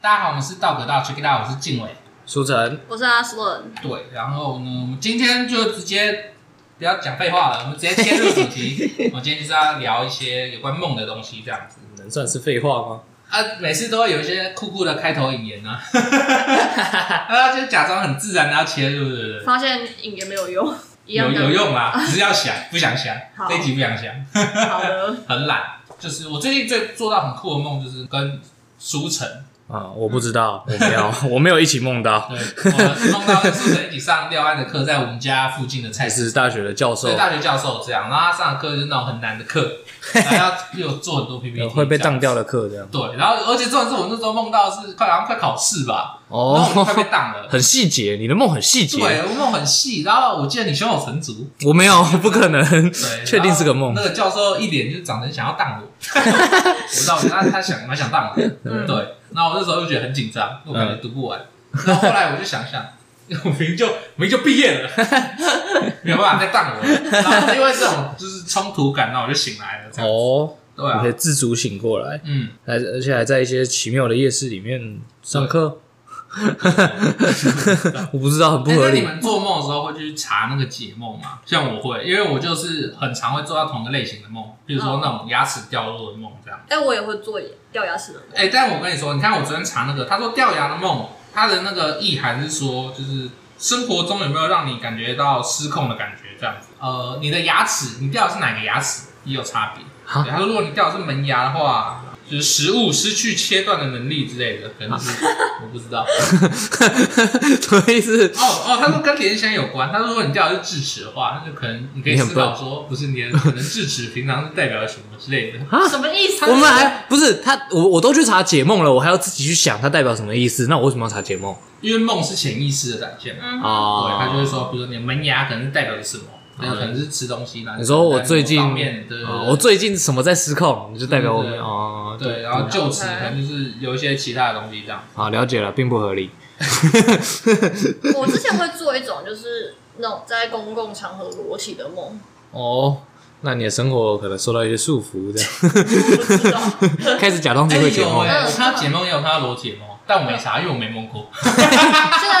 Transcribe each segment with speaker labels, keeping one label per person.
Speaker 1: 大家好，我们是道格道 Check It Out，我是静伟。
Speaker 2: 舒晨，
Speaker 3: 我是阿斯伦，
Speaker 1: 对，然后呢，我们今天就直接不要讲废话了，我们直接切入主题。我今天就是要聊一些有关梦的东西，这样子。
Speaker 2: 能算是废话吗？
Speaker 1: 啊，每次都会有一些酷酷的开头引言啊，啊，就假装很自然的要切入，对不对？
Speaker 3: 发现引言没有 用，一
Speaker 1: 有
Speaker 3: 样的
Speaker 1: 有用啦，只是要想，不想想，
Speaker 3: 好
Speaker 1: 这一集不想想，
Speaker 3: 好的，
Speaker 1: 很懒。就是我最近最做到很酷的梦，就是跟舒晨，
Speaker 2: 啊，我不知 道，我没有，我没有一起梦到，
Speaker 1: 对，我梦到跟舒晨一起上廖安的课，在我们家附近的菜
Speaker 2: 还
Speaker 1: 市
Speaker 2: 是大学的教授
Speaker 1: 所以大学教授这样，然后他上的课就是那种很难的 课，然后要又做很多 PPT，
Speaker 2: 呃 会被
Speaker 1: 这样
Speaker 2: 当掉的课这样。
Speaker 1: 对，然后而且重点是我那时候梦到是快好像快考试吧，然后我快被
Speaker 2: 哦，啊
Speaker 1: 当了。
Speaker 2: 很细节，你的梦很细节，
Speaker 1: 对，我梦很细，然后我记得你胸有成竹，
Speaker 2: 我没有， 不可能
Speaker 1: 对，，
Speaker 2: 确定是个梦
Speaker 1: 然后。那个教授一脸就是长得想要当 我，我知道他他想蛮想当我的，
Speaker 3: 嗯
Speaker 1: 对。然后我那时候就觉得很紧张，我感觉读 不完。然后后来我就想想，我明明就明明就毕业了，没有办法再当我了。然后因为这种就是冲突感，然后我就醒来了。这样
Speaker 2: 哦，
Speaker 1: 对
Speaker 2: 你
Speaker 1: 啊
Speaker 2: 可以，自主醒过来，
Speaker 1: 嗯，
Speaker 2: 还而且还在一些奇妙的夜市里面上课，我不知道， 很不
Speaker 1: 哎
Speaker 2: 合
Speaker 1: 那你
Speaker 2: 理。
Speaker 1: 们做梦的时候会去查那个解梦吗？像我会，因为我就是很常会做到同一个类型的梦，比如
Speaker 2: 哦
Speaker 1: 说那种牙齿掉落的梦这样。
Speaker 3: 哎，我也会做掉牙齿的梦，
Speaker 1: 哎、但我跟你说，你看我昨天查那个，他说掉牙的梦，它的那个意涵是说，就是生活中有没有让你感觉到失控的感觉这样子。呃，你的牙齿，你掉的是哪个牙齿也有差别。
Speaker 2: 哈
Speaker 1: 对他说，如果你掉的是门牙的话，就是食物失去切断的能力之类的，可能是 我不知道。
Speaker 2: 什么意思？
Speaker 1: 哦哦，他说跟连线有关。他说如果你掉的是智齿的话，那就可能你可以
Speaker 2: 你很
Speaker 1: 思考说，不是你的可能智齿平常是代表了什么之类的。
Speaker 3: 什么意思？
Speaker 2: 我们还不是他，我我都去查解梦了，我还要自己去想它代表什么意思。那我为什么要查解梦
Speaker 1: 因为梦是潜意识的展现嘛。
Speaker 3: 嗯，
Speaker 2: 啊？
Speaker 1: 对，他就会说，比如说你的门牙可能是代表着什么，那有可能是吃东西啦。
Speaker 2: 哦你说我最近
Speaker 1: 方面，对对
Speaker 2: 哦
Speaker 1: 对，
Speaker 2: 我最近什么在失控，就代表我
Speaker 1: 对对对
Speaker 2: 哦，
Speaker 1: 对，然后就此
Speaker 3: OK
Speaker 1: 可能就是有一些其他的东西这样。
Speaker 2: 好了解了，并不合理。
Speaker 3: 我之前会做一种就是那种在公共场合裸体的梦，
Speaker 2: 哦，那你的生活可能受到一些束缚，这 样
Speaker 3: 我不知道，
Speaker 2: 开始假装自己会解
Speaker 1: 有
Speaker 2: 梦。
Speaker 1: 欸我看到解梦也有看到裸解梦，但我没查，因为我没梦过。
Speaker 3: 现在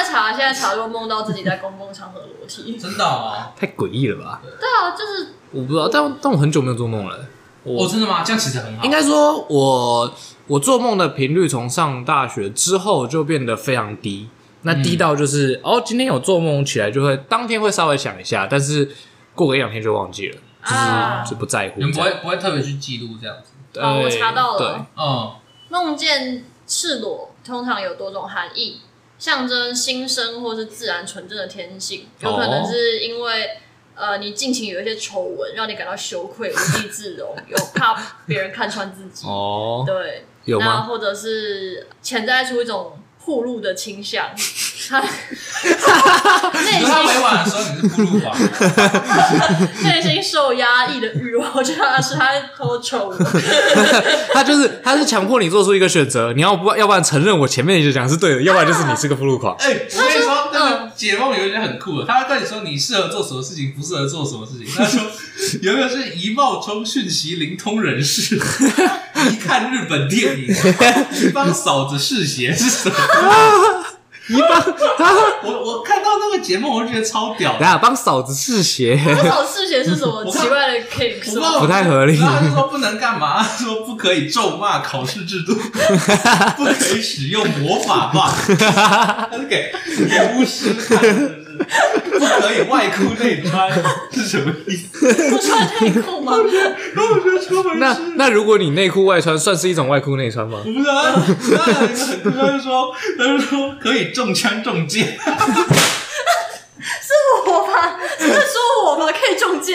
Speaker 3: 查现在查，如果梦到自己在公共场合裸体，
Speaker 1: 真的哦，
Speaker 2: 太诡异了吧？
Speaker 3: 对啊，就是
Speaker 2: 我不知道，但但我很久没有做梦了。
Speaker 1: 哦，真的吗？这样其实很好。
Speaker 2: 应该说我我做梦的频率从上大学之后就变得非常低，那低到就是、哦，今天有做梦起来就会当天会稍微想一下，但是过个一两天就忘记了，
Speaker 3: 啊
Speaker 2: 就不在乎
Speaker 1: 你们不
Speaker 2: 这样。
Speaker 1: 会不会特别去记录这样子？
Speaker 3: 哦，我
Speaker 2: 对
Speaker 3: 查到
Speaker 2: 对
Speaker 3: 了，
Speaker 1: 嗯，
Speaker 3: 梦见赤裸通常有多种含义，象征新生或是自然纯正的天性，
Speaker 2: 哦
Speaker 3: 有可能是因为。呃，你近期有一些丑闻，让你感到羞愧、无地自容，有怕别人看穿自己，
Speaker 2: 哦，
Speaker 3: 对，
Speaker 2: 有
Speaker 3: 那
Speaker 2: 吗？
Speaker 3: 或者是潜在出一种暴露的倾向， 他内
Speaker 1: 你说他
Speaker 3: 心
Speaker 1: 委婉的时候你是不入房，
Speaker 3: 内心受压抑的欲望，我觉得他是他偷丑闻，
Speaker 2: 他就是他是强迫你做出一个选择，你要不要不然承认我前面一直讲是对的，要不然就是你是个铺路 狂。
Speaker 1: 哎、我跟你说，
Speaker 3: 他
Speaker 1: 那
Speaker 3: 说
Speaker 1: 个解梦有一些很酷的，他会跟你说你适合做什么事情，不适合做什么事情。他说 有一个是一冒充讯息灵通人士， 一看日本电影，一帮嫂子试鞋是什么？
Speaker 2: 你帮他
Speaker 1: 我我看到那个节目，我就觉得超屌
Speaker 2: 等
Speaker 1: 的。
Speaker 2: 下帮嫂子试鞋，
Speaker 3: 这种事情是什么
Speaker 1: 我
Speaker 3: 奇怪的 kick
Speaker 1: 我
Speaker 3: 是
Speaker 1: 知道
Speaker 3: 吗？
Speaker 2: 不太合理
Speaker 1: 然后他就说不能干嘛， 他说不可以咒骂考试制 度，不可以使用魔法棒，他是给给巫师看的，是不是？不可以外裤内穿 是什么意思？
Speaker 3: 不穿内裤吗？
Speaker 1: 我觉得出门
Speaker 2: 那
Speaker 1: 是，
Speaker 2: 那如果你内裤外穿，算是一种外裤内穿吗？
Speaker 1: 我不知道，那有一个很酷，他就说，他就说可以中枪中箭，
Speaker 3: 是 我吧？是在说我吧？可以中箭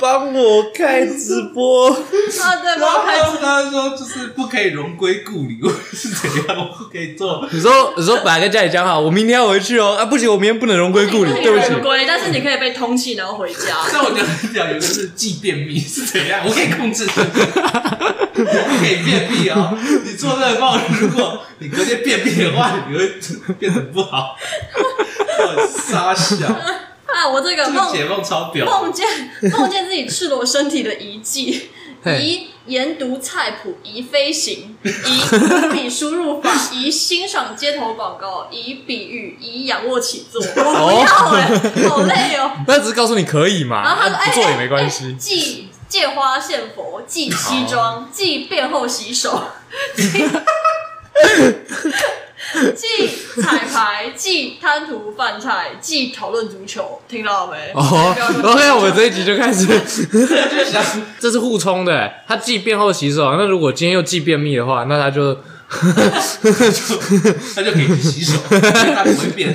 Speaker 2: 帮我开直播，
Speaker 3: 啊？对，
Speaker 1: 然
Speaker 3: 帮
Speaker 1: 后
Speaker 3: 我开
Speaker 1: 他
Speaker 3: 直
Speaker 1: 他就说就是不可以荣归故里，我是怎样，我不可以做。
Speaker 2: 你说你说本来跟家里讲好，我明天要回去哦，啊不行，我明天不能荣归故里，对不
Speaker 3: 违
Speaker 2: 起。
Speaker 3: 规，但是你可以被通缉，然后回家。
Speaker 1: 但我觉得很屌，有一个是忌便秘是怎样，我可以控制自己，我可以便秘哦。你做这个梦，如果你隔天便秘的话，你会变得不好。我傻笑，
Speaker 3: 啊，我这个
Speaker 1: 这个
Speaker 3: 梦
Speaker 1: 解梦超屌的。
Speaker 3: 梦见梦见自己赤裸身体的遗迹，
Speaker 2: 嘿，
Speaker 3: 宜研读菜谱，宜飞 行，宜五笔输入法，宜欣赏街头广告，宜比喻，宜仰卧起 坐。我不要哎、好累哦。
Speaker 2: 哦那只是告诉你可以嘛，
Speaker 3: 然后他
Speaker 2: 那不做
Speaker 3: 说：“哎、哎，
Speaker 2: 也没关
Speaker 3: 哎
Speaker 2: 系。
Speaker 3: 记借花献佛，记西装，记便后洗手， 记记彩排，记贪图饭菜，记讨论足球。听到了没？
Speaker 2: 哦
Speaker 3: 不要说
Speaker 2: ，OK，我们 这一集就开始，
Speaker 1: 就想
Speaker 2: 这是互冲的。欸他既便后洗手，那如果今天又既便秘的话，那他就
Speaker 1: 他就可以去洗手，他不会变。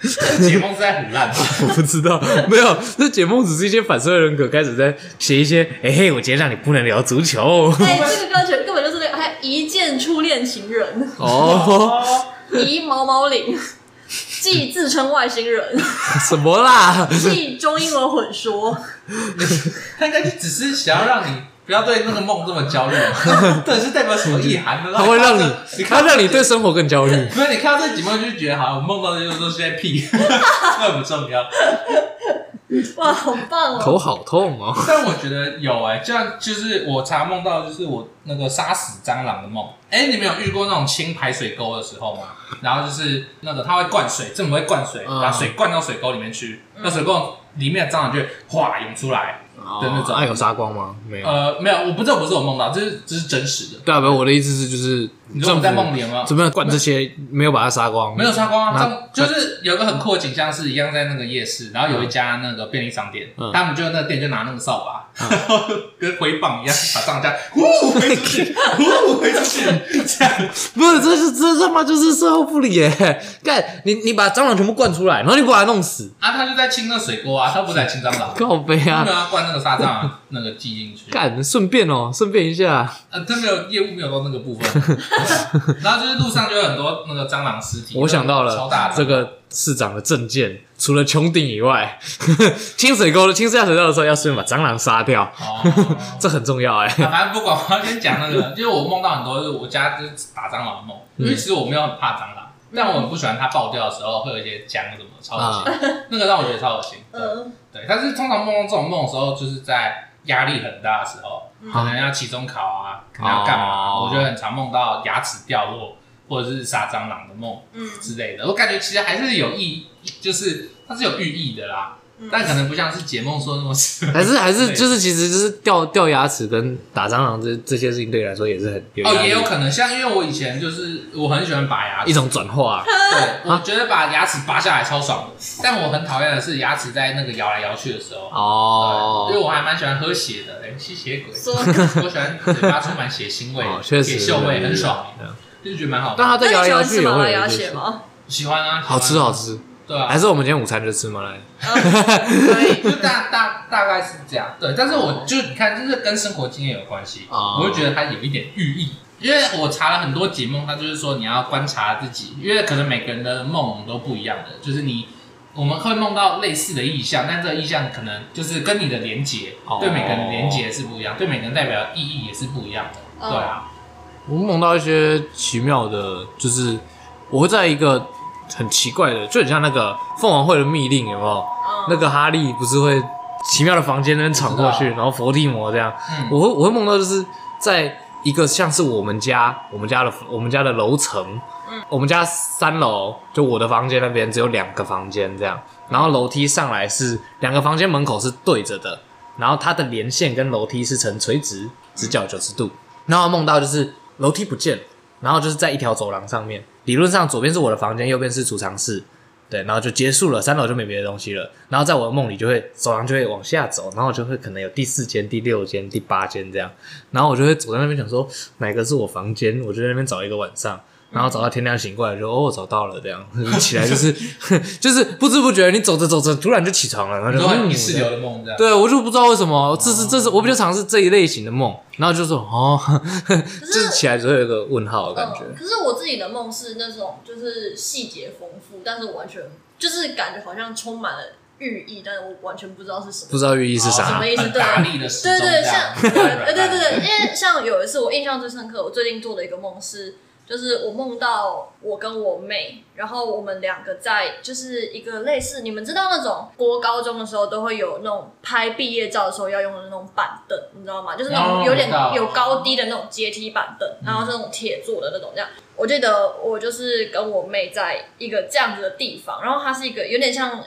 Speaker 1: 解梦实在很烂，
Speaker 2: 我不知 道，没有，这解梦只是一些反社会人格开始在写一些，哎、嘿，我今天让你不能聊足球。
Speaker 3: 哎，这个歌曲根本就是那个，还一见初恋情人，
Speaker 2: 哦，
Speaker 3: 疑毛毛领，既自称外星人，
Speaker 2: 什么啦？
Speaker 3: 既中英文混说，
Speaker 1: 他应该就只是想要让你不要对那个梦这么焦虑， 到底是代表什么意涵呢？
Speaker 2: 他会让你
Speaker 1: 你，，你
Speaker 2: 他
Speaker 1: 看
Speaker 2: 让你对生活更焦虑。
Speaker 1: 不是你看到这几梦就觉得，好，我梦到的就是都是在屁， 那不重要。
Speaker 3: 哇，好棒
Speaker 2: 头
Speaker 3: 哦！
Speaker 2: 好痛哦！
Speaker 1: 但我觉得有哎、这样就是我常梦到，就是我那个杀死蟑螂的梦。哎、你们有遇过那种清排水沟的时候吗？然后就是那个它会灌水，政府会灌水，
Speaker 2: 嗯
Speaker 1: 把水灌到水沟里面去，那水沟里面的蟑螂就会哗涌出来。的那种
Speaker 2: 爱啊有杀光吗？没有。
Speaker 1: 呃，没有，我不知道不是我梦到，这是这是真实的。
Speaker 2: 对啊，没有。我的意思是，就是
Speaker 1: 你说
Speaker 2: 政
Speaker 1: 我
Speaker 2: 府
Speaker 1: 在梦里有没有？
Speaker 2: 怎么样管这些，没有把它杀光，
Speaker 1: 没有杀光啊，
Speaker 2: 那
Speaker 1: 这样就是有个很酷的景象，是一样在那个夜市，然后有一家那个便利商店，
Speaker 2: 嗯
Speaker 1: 他们就那个店就拿那个扫把，然后 跟挥棒一样把商家 呼挥出 去，呼挥出去，这样
Speaker 2: 不是，这是这他妈就是售后不理耶！ 干，你你把蟑螂全部灌出来，然后你不把它弄死，
Speaker 1: 啊，他就在清那水沟啊，他不是在清蟑螂，
Speaker 2: 告背
Speaker 1: 他
Speaker 2: 啊
Speaker 1: 没！有要灌那个沙蟑那个剂进 去，
Speaker 2: 干，顺便哦，顺便一下，
Speaker 1: 呃，他没有业务没有到那个部 分，然后就是路上就有很多那个蟑螂尸体，
Speaker 2: 我想到
Speaker 1: 超大
Speaker 2: 了
Speaker 1: 的
Speaker 2: 这个市长的证件，除了穹顶以外，清水沟的清下水道的时候，要顺便把蟑螂杀掉，
Speaker 1: 哦。
Speaker 2: 这很重要哎。
Speaker 1: 啊反正不管，我要先讲那个，就是我梦到很多，就是我家就是打蟑螂的梦，因
Speaker 2: 嗯
Speaker 1: 为其实我没有很怕蟑
Speaker 3: 嗯
Speaker 1: 螂，但我很不喜欢它爆掉的时候会有一些浆什么，超恶
Speaker 2: 啊
Speaker 1: 心，那个让我觉得超恶心。对
Speaker 3: 嗯，
Speaker 1: 对，但是通常梦到这种梦的时候，就是在压力很大的时候，可能要期中考啊，可能要干嘛，
Speaker 2: 哦
Speaker 1: 我就很常梦到牙齿掉落或者是杀蟑螂的梦
Speaker 3: 嗯
Speaker 1: 之类的。我感觉其实还是有意，就是它是有寓意的啦，
Speaker 3: 嗯
Speaker 1: 但可能不像是解梦说那么 深。
Speaker 2: 还是还是
Speaker 1: 对
Speaker 2: 就是其实就是掉掉牙齿跟打蟑螂这这些事情对你来说也是很有
Speaker 1: 哦
Speaker 2: 压，力
Speaker 1: 也有可能，像因为我以前就是我很喜欢拔牙齿
Speaker 2: 一，种转化。
Speaker 1: 对，我觉得把牙齿拔下来超爽的。但我很讨厌的是牙齿在那个摇来摇去的时候，对因
Speaker 2: 哦，
Speaker 1: 为我还蛮喜欢喝血的，哎，吸血鬼，
Speaker 3: 说
Speaker 1: 我喜欢嘴巴充满血腥味
Speaker 2: 哦，确实
Speaker 1: 血嗅味
Speaker 2: 对
Speaker 1: 很爽
Speaker 2: 对，
Speaker 1: 就是觉得蛮好的。
Speaker 2: 那它
Speaker 3: 那
Speaker 2: 在
Speaker 3: 你
Speaker 2: 摇来
Speaker 3: 喜
Speaker 2: 摇
Speaker 3: 欢
Speaker 2: 去也
Speaker 3: 吃麻
Speaker 2: 会
Speaker 3: 辣
Speaker 2: 有
Speaker 3: 鸭
Speaker 2: 一
Speaker 3: 血
Speaker 2: 些，
Speaker 3: 吗？
Speaker 1: 喜欢啊，喜欢
Speaker 2: 好吃好，吃。
Speaker 1: 对啊
Speaker 2: 还，是我们今天午餐就吃麻辣鸭血？
Speaker 3: 嗯可以，
Speaker 1: 就大大大概是这样。对，但是我就你看，就是跟生活经验有关系，
Speaker 2: 哦
Speaker 1: 我就觉得它有一点寓意。因为我查了很多解梦，它就是说你要观察自己，因为可能每个人的梦都不一样的，就是你我们会梦到类似的意象，但这个意象可能就是跟你的连结，
Speaker 2: 哦
Speaker 1: 对每个人连结是不一样，对每个人代表意义也是不一样的。
Speaker 3: 哦
Speaker 1: 对啊，
Speaker 2: 我梦到一些奇妙的，就是我会在一个很奇怪的，就很像那个凤凰会的密令，有没有？
Speaker 3: 嗯，
Speaker 2: 那个哈利不是会奇妙的房间那边闯过去，
Speaker 1: 我知
Speaker 2: 然后伏地魔这样，
Speaker 1: 嗯
Speaker 2: 我会我会梦到就是在一个像是我们家我们家的我们家的楼层，我们家三楼就我的房间那边只有两个房间这样，然后楼梯上来是两个房间门口是对着的，然后它的连线跟楼梯是呈垂直直角九十度，然后梦到就是楼梯不见了，然后就是在一条走廊上面，理论上左边是我的房间，右边是储藏室，对，然后就结束了，三楼就没别的东西了。然后在我的梦里就会走廊就会往下走，然后就会可能有第四间、第六间、第八间这样，然后我就会走在那边想说哪个是我房间，我就在那边找一个晚上。然后找到天亮醒过来就哦我找到了这样，起来就是 就是不知不觉你走着走着突然就起床了，然后
Speaker 1: 你
Speaker 2: 就
Speaker 1: 说
Speaker 2: 嗯
Speaker 1: 你是流的梦这样，
Speaker 2: 对，我就不知道为什么，这是这是我比较常是这一类型的梦，然后就说哦，就是起来之后有一个问号的感觉
Speaker 3: 嗯。可是我自己的梦是那种就是细节丰富，但是我完全就是感觉好像充满了寓意，但是我完全不知道是什么
Speaker 2: 不。知道寓意
Speaker 1: 你
Speaker 2: 是
Speaker 3: 什
Speaker 2: 啥
Speaker 3: 么意思对啊
Speaker 1: 大力的时
Speaker 3: 对
Speaker 1: 钟
Speaker 3: 呃对，
Speaker 1: 这样
Speaker 3: 像对对对对，因为像有一次我印象最深刻，我最近做的一个梦是，就是我梦到我跟我妹，然后我们两个在就是一个类似你们知道那种国高中的时候都会有那种拍毕业照的时候要用的那种板凳，你知道吗？就是那
Speaker 1: 哦
Speaker 3: 种有点
Speaker 1: 我知道
Speaker 3: 有高低的那种阶梯板凳，然后是那种铁做的那种这样。我记得我就是跟我妹在一个这样子的地方，然后它是一个有点像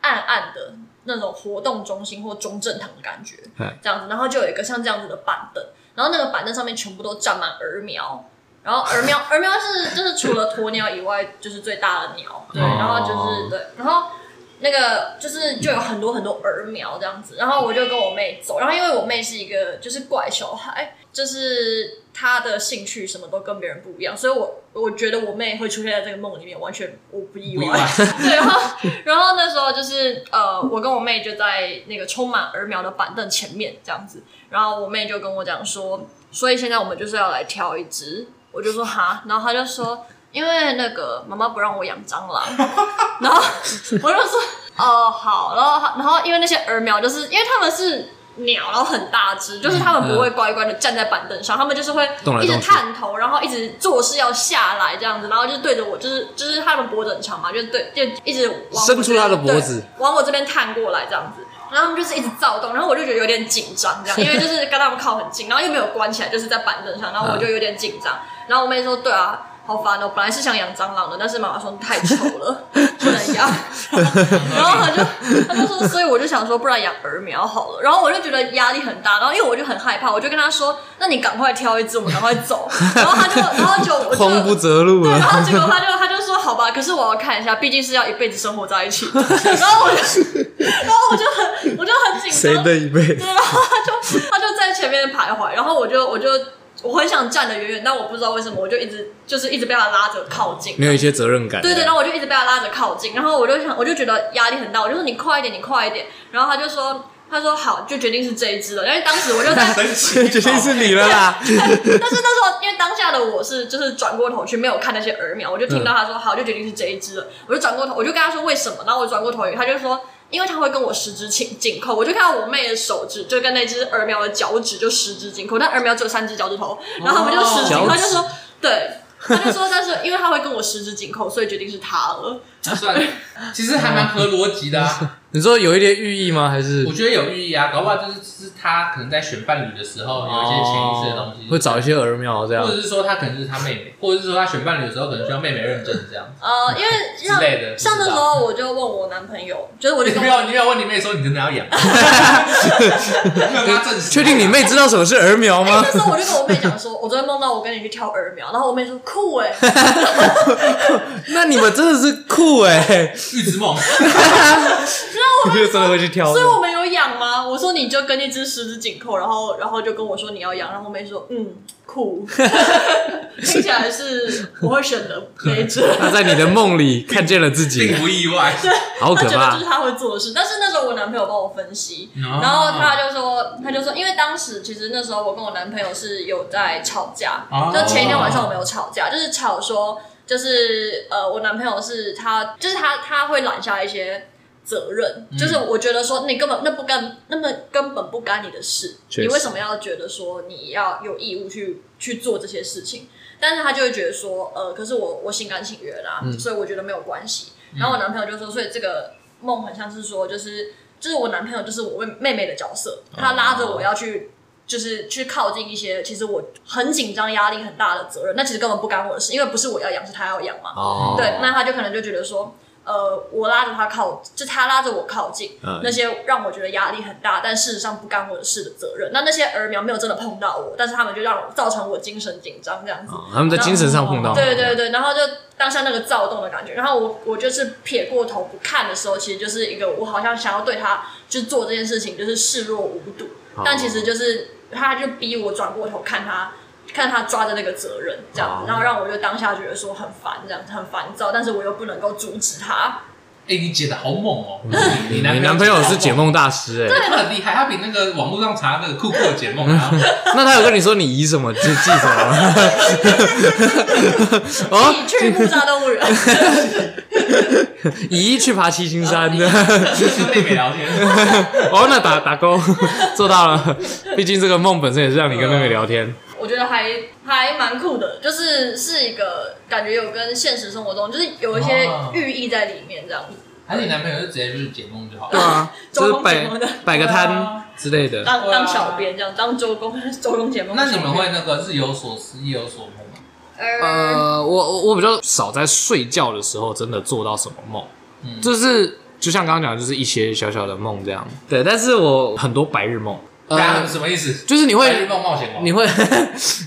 Speaker 3: 暗暗的那种活动中心或中正堂的感觉
Speaker 2: 嗯，
Speaker 3: 这样子，然后就有一个像这样子的板凳，然后那个板凳上面全部都站满鹅苗。然后鹅苗，鹅苗是就是除了鸵鸟以外，就是最大的鸟，对，
Speaker 2: 哦
Speaker 3: 然后就是对，然后那个就是就有很多很多儿苗这样子，然后我就跟我妹走，然后因为我妹是一个就是怪小孩，就是她的兴趣什么都跟别人不一样，所以我我觉得我妹会出现在这个梦里面，完全我不意
Speaker 1: 不
Speaker 3: 外。
Speaker 1: 意外
Speaker 3: 对，然后 然后那时候就是呃，我跟我妹就在那个充满儿苗的板凳前面这样子，然后我妹就跟我讲说，所以现在我们就是要来挑一只，我就说哈，然后她就说。因为那个妈妈不让我养 蟑螂，然后我就说哦好，然后然后因为那些儿苗就是因为他们是鸟，然后很大只，就是他们不会乖乖的站在板凳上，他们就是会
Speaker 2: 动来
Speaker 3: 一直
Speaker 2: 动去
Speaker 3: 探头，然后一直做事要下来这样子，然后就对着我，就是就是他们脖子很长嘛，就对就一直往我
Speaker 2: 伸出他的
Speaker 3: 这边
Speaker 2: 脖子
Speaker 3: 对往我这边探过来这样子。然后他们就是一直躁动，然后我就觉得有点紧张，这样，因为就是跟他们靠很近，然后又没有关起来，就是在板凳上，然后我
Speaker 2: 嗯
Speaker 3: 就有点紧张。然后我妹说：“对啊，好烦哦，本来是想养蟑螂的，但是妈妈说太丑了， 不能养。”然后他就他就说，所以我就想说，不然养儿苗好了。然后我就觉得压力很大，然后因为我就很害怕，我就跟他说：“那你赶快挑一只，我们赶快走。”然后他就，然后就 我就
Speaker 2: 慌不择路
Speaker 3: 哦对，然啊
Speaker 2: 了。
Speaker 3: 后结果他 就他就说好吧，可是我要看一下，毕竟是要一辈子生活在一 起。然后我就，然后我就很我就很紧
Speaker 2: 谁
Speaker 3: 张，
Speaker 2: 的一辈子？
Speaker 3: 对，然后他就他就在前面徘徊，然后我就我就我很想站得远远，但我不知道为什么，我就一直就是一直被他拉着靠近。
Speaker 2: 没有一些责任感。
Speaker 3: 对对，然后我就一直被他拉着靠近，然后我就想，我就觉得压力很大，我就说你快一点，你快一点，然后他就说，他说好，就决定是这一只了，因为当时我就在，
Speaker 1: 神奇，
Speaker 2: 决定是你了啦。
Speaker 3: 但是那时候，因为当下的我是就是转过头去没有看那些鹅苗，我就听
Speaker 1: 嗯
Speaker 3: 到他说、好，就决定是这一只了。我就转过头，我就跟他说为什么，然后我转过头，他就说因为他会跟我十指紧紧扣，我就看到我妹的手指就跟那只鹅苗的脚趾就十指紧扣，但鹅苗只有三只脚趾
Speaker 1: 哦
Speaker 3: 头，然后我们就十指紧扣，
Speaker 2: 脚
Speaker 3: 他
Speaker 2: 趾
Speaker 3: 就说对。他就说，但是因为他会跟我十指紧扣，所以决定是他了。
Speaker 1: 算了，其实还蛮合逻辑的啊。
Speaker 2: 你说有一点寓意吗？还是
Speaker 1: 我觉得有寓意啊，搞不好就是是他可能在选伴侣的时候有一些潜意识的东西，
Speaker 2: 哦会找一些儿苗这样
Speaker 1: 或？者是说他可能是他 妹妹，或者是说他选伴侣的时候可能需要妹妹认证这样
Speaker 3: 呃，因为
Speaker 1: 之
Speaker 3: 像
Speaker 1: 类的。
Speaker 3: 像
Speaker 1: 不
Speaker 3: 那时
Speaker 1: 知道，
Speaker 3: 候我就问我男朋友，就是我就
Speaker 1: 你
Speaker 3: 跟
Speaker 1: 不
Speaker 3: 我
Speaker 1: 要你不要问你妹说你真的要 养，没有跟他证实。
Speaker 2: 确定你妹知道什么是儿苗
Speaker 3: 哎、
Speaker 2: 吗
Speaker 3: 那？时候我就跟我妹讲说，我昨天梦到我跟你去挑鹅苗，然后我妹说酷哎、
Speaker 2: 那你们真的是酷哎、
Speaker 1: 预知梦，
Speaker 2: 我就真的会去挑
Speaker 3: 哦所以我们有养吗？我说你就跟一只十指紧扣，然后然后就跟我说你要养，然后我妹说嗯酷，听起来是我会选的那一只，
Speaker 2: 他在你的梦里看见了自 己
Speaker 1: 并，不意 外。
Speaker 2: 好
Speaker 3: 他
Speaker 2: 可
Speaker 3: 觉得
Speaker 2: 怕
Speaker 3: 就是。他会做的事。但是那时候我男朋友帮我分析，
Speaker 1: 然
Speaker 3: 然后他就说，他就说，因为当时其实那时候我跟我男朋友是有在吵架，
Speaker 1: 哦
Speaker 3: 就前一天晚上我们有吵架，就是吵说，就是呃，我男朋友是他，就是他他会揽下一些责任，
Speaker 2: 嗯
Speaker 3: 就是我觉得说你根本那不干，那么根本不干你的事，
Speaker 2: 确
Speaker 3: 你
Speaker 2: 实
Speaker 3: 为什么要觉得说你要有义务去去做这些事情？但是他就会觉得说，呃，可是我我心甘情愿啦、
Speaker 2: 嗯
Speaker 3: 所以我觉得没有关系。然后我男朋友就说，所以这个梦很像是说，就是就是我男朋友就是我妹妹妹的角色，
Speaker 2: 啊
Speaker 3: 他拉着我要去。就是去靠近一些，其实我很紧张、压力很大的责任，那其实根本不干我的事，因为不是我要养，是他要养嘛。
Speaker 2: 哦，
Speaker 3: 对，那他就可能就觉得说，呃，我拉着他靠，就他拉着我靠近，
Speaker 2: 嗯
Speaker 3: 那些让我觉得压力很大，但事实上不干我的事的责任。那那些儿苗没有真的碰到我，但是他们就让我造成我精神紧张这样子。
Speaker 2: 哦他们在精神上碰到，
Speaker 3: 对对对，然后就当下那个躁动的感觉，然后我我就是撇过头不看的时候，其实就是一个我好像想要对他就做这件事情，就是视若无睹，
Speaker 2: 哦
Speaker 3: 但其实就是他就逼我转过头看他。看他抓着那个责任，这样
Speaker 2: 哦
Speaker 3: 子，然后让我就当下觉得说很烦，这样子很烦躁，但是我又不能够阻止他。
Speaker 2: 啊
Speaker 1: 哎，你解的好猛哦！你
Speaker 2: 你男朋友是解
Speaker 1: 梦。
Speaker 2: 梦大师哎、
Speaker 1: 他很厉害，他比那个网络上查那个酷酷的解梦 还要
Speaker 2: 那他有跟你说你移什 么就记什么吗？哦，
Speaker 3: 你去木栅动物园，
Speaker 2: 移去爬七星
Speaker 3: 哦
Speaker 2: 山的，
Speaker 1: 就是跟妹妹聊 天，
Speaker 2: 哦，那打打勾做到了，毕竟这个梦本身也是让你跟妹妹聊天。
Speaker 3: 我我觉得还还蛮酷的，就是是一个感觉有跟现实生活中就是有一些
Speaker 2: 啊
Speaker 1: 哦
Speaker 3: 寓意在里面这样子。
Speaker 1: 还是你男朋友就直接就是解梦就好
Speaker 2: 对
Speaker 1: 了。
Speaker 2: 啊，就
Speaker 3: 周
Speaker 2: 是
Speaker 3: 公解
Speaker 2: 摆
Speaker 3: 梦的
Speaker 2: 摆个
Speaker 1: 对
Speaker 2: 摊
Speaker 1: 啊
Speaker 2: 之类的。
Speaker 3: 当
Speaker 1: 对啊
Speaker 3: 当小编这样，当周公 周公解梦。
Speaker 1: 那你们会那个日有所思，夜有所梦吗？
Speaker 3: 呃，
Speaker 2: 呃，我我我比较少在睡觉的时候真的做到什么梦，
Speaker 1: 嗯
Speaker 2: 就是就像刚刚讲的，就是一些小小的梦这样。对，但是我很多白日梦，
Speaker 1: 大家
Speaker 2: 呃，
Speaker 1: 什么意思？
Speaker 2: 就是你
Speaker 1: 白日
Speaker 2: 会
Speaker 1: 梦冒险王
Speaker 2: 你会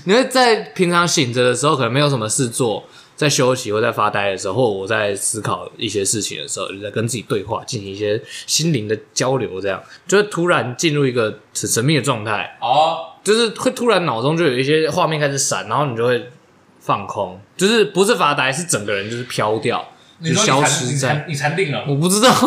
Speaker 2: 你会在平常醒着的时候，可能没有什么事做，在休息或在发呆的时候，或我在思考一些事情的时候，就在跟自己对话，进行一些心灵的交流，这样就会突然进入一个很神秘的状态，
Speaker 1: 哦，
Speaker 2: 就是会突然脑中就有一些画面开始闪，然后你就会放空，就是不是发呆，是整个人就是飘掉，
Speaker 1: 你
Speaker 2: 就
Speaker 1: 说
Speaker 2: 消
Speaker 1: 你
Speaker 2: 失
Speaker 1: 禅
Speaker 2: 在。
Speaker 1: 你禅定了，
Speaker 2: 我不知道
Speaker 1: 这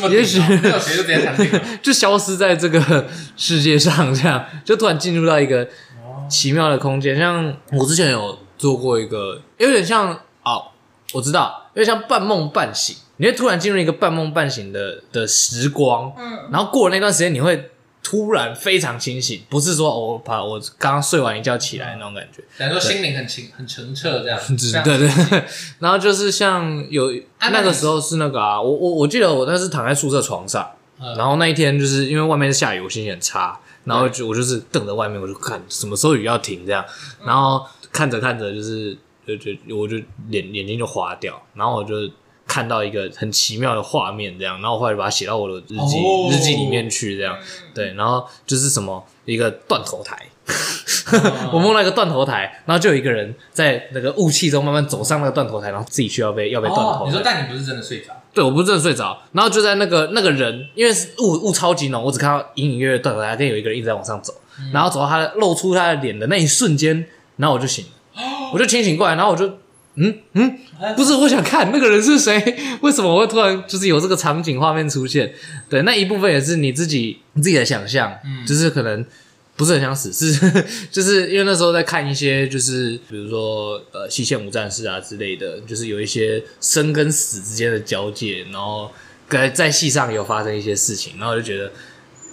Speaker 1: 么，
Speaker 2: 也许
Speaker 1: 顶啊没有谁就直接禅 定了。
Speaker 2: 就消失在这个 世界上，这样 就突然进入到一个
Speaker 1: 哦
Speaker 2: 奇妙的空间。像我之前有做过一个，有点像哦，我知道，有点像半梦半醒，你会突然进入一个半梦半醒的的时光，
Speaker 3: 嗯，
Speaker 2: 然后过了那段时间，你会突然非常清醒，不是说、哦我把我刚刚睡完一觉起来那种感觉，
Speaker 1: 等于说心灵很清很澄澈这样。
Speaker 2: 只
Speaker 1: 这样
Speaker 2: 对对。对 然后就是像有、
Speaker 1: 啊那
Speaker 2: 那个
Speaker 1: 你
Speaker 2: 时候是那个啊，我我我记得我那是躺在宿舍床上。
Speaker 1: 嗯
Speaker 2: 然后那一天就是因为外面是下雨，我心情很差，然后就我就是瞪着外面，我就看什么时候雨要停这样，
Speaker 1: 嗯
Speaker 2: 然后看着看着就是就就我就眼眼睛就花掉，然后我就看到一个很奇妙的画面这样，然后我后来把它写到我的日记、
Speaker 1: 哦嗯
Speaker 2: 日记里面去这样，对，然后就是什么一个断头台。 我梦到一个断头台，然后就有一个人在那个雾气中慢慢走上那个断头台，然后自己需要被要被断头
Speaker 1: 哦
Speaker 2: 台。，
Speaker 1: 你说但你不是真的睡着，
Speaker 2: 对，我不是真的睡着，然后就在那个那个人，因为是雾雾超级浓，我只看到隐隐约约断头台跟有一个人一直在往上走，
Speaker 1: 嗯
Speaker 2: 然后走到他的露出他的脸的那一瞬间，然后我就醒了，我就清醒过来，然后我就嗯嗯，不是我想看那个人是谁，为什么我会突然就是有这个场景画面出现？对，那一部分也是你自己你自己的想象，就是可能。不是很想死，是 就是因为那时候在看一些，就是比如说呃《西线无战事》啊之类的，就是有一些生跟死之间的交界，然后在在戏上有发生一些事情，然后我就觉得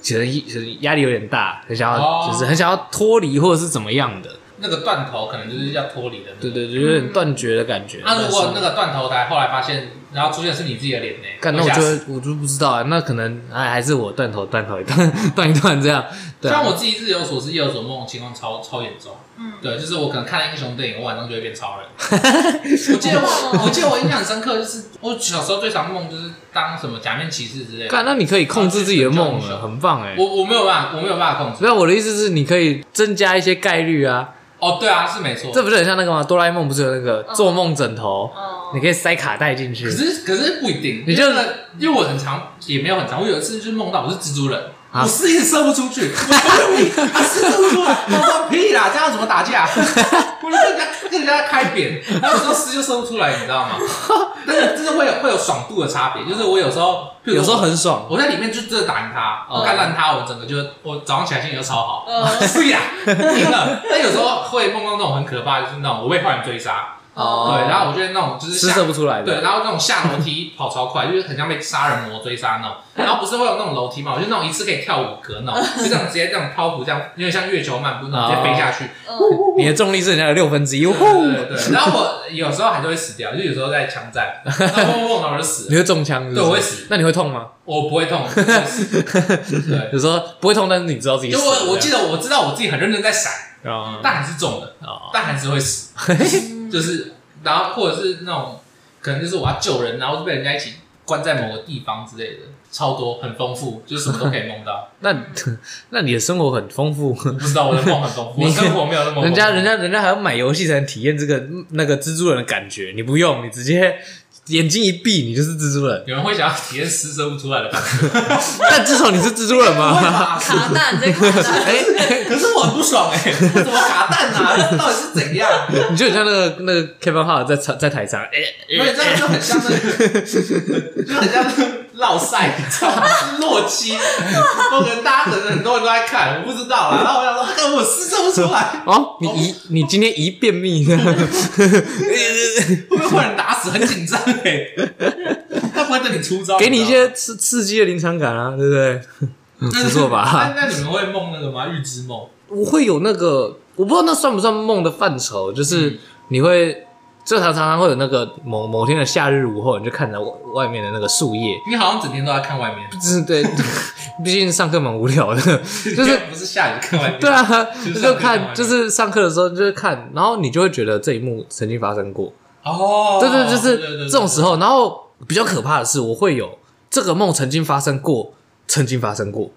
Speaker 2: 其实一就是压力有点大，很想要、
Speaker 1: 哦
Speaker 2: 就是很想要脱离或者是怎么样的，
Speaker 1: 那个断头可能就是要脱离的。
Speaker 2: 对。对对，有点断绝的感觉。
Speaker 1: 那如果
Speaker 2: 但
Speaker 1: 那
Speaker 2: 是
Speaker 1: 个断头台后来发现，然后出现的是你自己的脸呢？
Speaker 2: 干，那我
Speaker 1: 吓
Speaker 2: 就
Speaker 1: 死
Speaker 2: 会我就不知道啊，那可能哎还是我断头断头一段 断一段这样，对、啊
Speaker 1: 像，我自己日有所思夜有所梦的情况超超严重，
Speaker 3: 嗯
Speaker 1: 对，就是我可能看了英雄电影，我晚上就会变超 人。我记得我我记得我印象很深刻，就是我小时候最常梦就是当什么假面骑士之类
Speaker 2: 干，
Speaker 1: 的，
Speaker 2: 那你可以控制自己的梦
Speaker 1: 啊
Speaker 2: 了，很棒哎、
Speaker 1: 我我没有办法，我没有办法控制。
Speaker 2: 没有，我的意思是你可以增加一些概率啊，
Speaker 1: 哦，对啊，是没错。
Speaker 2: 这不是很像那个吗？哆啦 A 梦不是有那个
Speaker 3: 嗯
Speaker 2: 做梦枕头，
Speaker 3: 哦
Speaker 2: 你可以塞卡带进去
Speaker 1: 可是可是不一定，
Speaker 2: 你
Speaker 1: 因
Speaker 2: 就
Speaker 1: 为那个因为我很常也没有很常，我有一次就是梦到我是蜘蛛人，
Speaker 2: 啊
Speaker 1: 我是一直射不出去，我 说你啊是射不出来，我说屁啦，这样怎么打架？ 我就跟人家跟人家开扁，然后有时候丝就射不出来，你知道吗？ 但是就是会有会有爽度的差别，就是我有时候譬如
Speaker 2: 有时候
Speaker 1: 我
Speaker 2: 很爽。
Speaker 1: 我在里面就真的打赢他，
Speaker 2: 哦
Speaker 1: 我干烂他，我整个就我早上起来心情就超好，
Speaker 3: 嗯
Speaker 1: 是呀，赢了。但有时候会梦到那种很可怕，就是那种我被坏人追杀，
Speaker 2: 哦
Speaker 1: 对，然后我就会那种就是
Speaker 2: 是
Speaker 1: 下
Speaker 2: 射不出来
Speaker 1: 对，
Speaker 2: 的，
Speaker 1: 然后那种下楼梯跑超快，就是很像被杀人魔追杀那种。然后不是会有那种楼梯嘛，我就那种一次可以跳五格那种， 就这样直接这样漂浮，这样有点像月球漫步那种，直接飞下去。
Speaker 3: 嗯，
Speaker 2: 你的重力是人家的六分之一，
Speaker 1: 对
Speaker 2: 呼
Speaker 1: 对对。然后我有时候还是会死掉，就有时候在枪战，然后蹦蹦然后我就死
Speaker 2: 你
Speaker 1: 了。
Speaker 2: 会中枪是不是
Speaker 1: 对我会死。
Speaker 2: 那你会痛吗？
Speaker 1: 我不会痛，我不会死对。
Speaker 2: 有时候不会痛，但是你知道自己死
Speaker 1: 就
Speaker 2: 了。
Speaker 1: 我我记
Speaker 2: 得
Speaker 1: 得我知道我自己很认真在闪，
Speaker 2: 啊
Speaker 1: 但还是中的，
Speaker 2: 啊，
Speaker 1: 但还是会死，就是然后或者是那种可能就是我要救人，然后就被人家一起关在某个地方之类的，超多很丰富，就是什么都可以梦到。
Speaker 2: 那那你的生活很丰 富，
Speaker 1: 不知道我的梦很丰富，
Speaker 2: 你
Speaker 1: 我生活没有那么丰富
Speaker 2: 人家人家人家还要买游戏才能体验这个那个蜘蛛人的感觉，你不用，你直接眼睛一闭，你就是蜘蛛人。
Speaker 1: 有人会想要体验施舍不出来的 感觉，
Speaker 2: 但至少你是蜘蛛人
Speaker 1: 不会
Speaker 2: 嘛。
Speaker 1: 吧
Speaker 3: 卡蛋这卡蛋，
Speaker 2: 哎，
Speaker 1: 可是我很不爽哎、我怎么卡蛋啊？那到底是怎样？
Speaker 2: 你就很像那个那个 Kevin Hart 在场在台上，哎
Speaker 1: 因为这样就很像 那个，就很像那个落赛，你知道吗？是洛基，我可能大家可能很多人都在看，我不知道啦。然后我想说，看我施舍不出来，
Speaker 2: 哦，你一你今天一便秘，
Speaker 1: 会不会被人打死？很紧张哎，他不会等你出招， 欸
Speaker 2: 给你一
Speaker 1: 知道吗
Speaker 2: 些刺刺激的临场感啊，对不对？不错吧？
Speaker 1: 那那你们会梦那个吗？预知梦
Speaker 2: 我会有那个，我不知道那算不算梦的范畴，就是你会。就常常常会有那个某某天的夏日午后，你就看着外外面的那个树叶，
Speaker 1: 你好像整天都在看外面，
Speaker 2: 就 是对，毕竟上课蛮无聊的，就是
Speaker 1: 不是下雨就看外面？
Speaker 2: 对啊，
Speaker 1: 就是
Speaker 2: 就
Speaker 1: 上课看
Speaker 2: 看
Speaker 1: 完
Speaker 2: 就是上课的时候就是看，然后你就会觉得这一幕曾经发生过，
Speaker 1: 哦，
Speaker 2: 对对，
Speaker 1: 对
Speaker 2: 就是这种时，候。然后比较可怕的是，我会有这个梦曾经发生过，曾经发生过，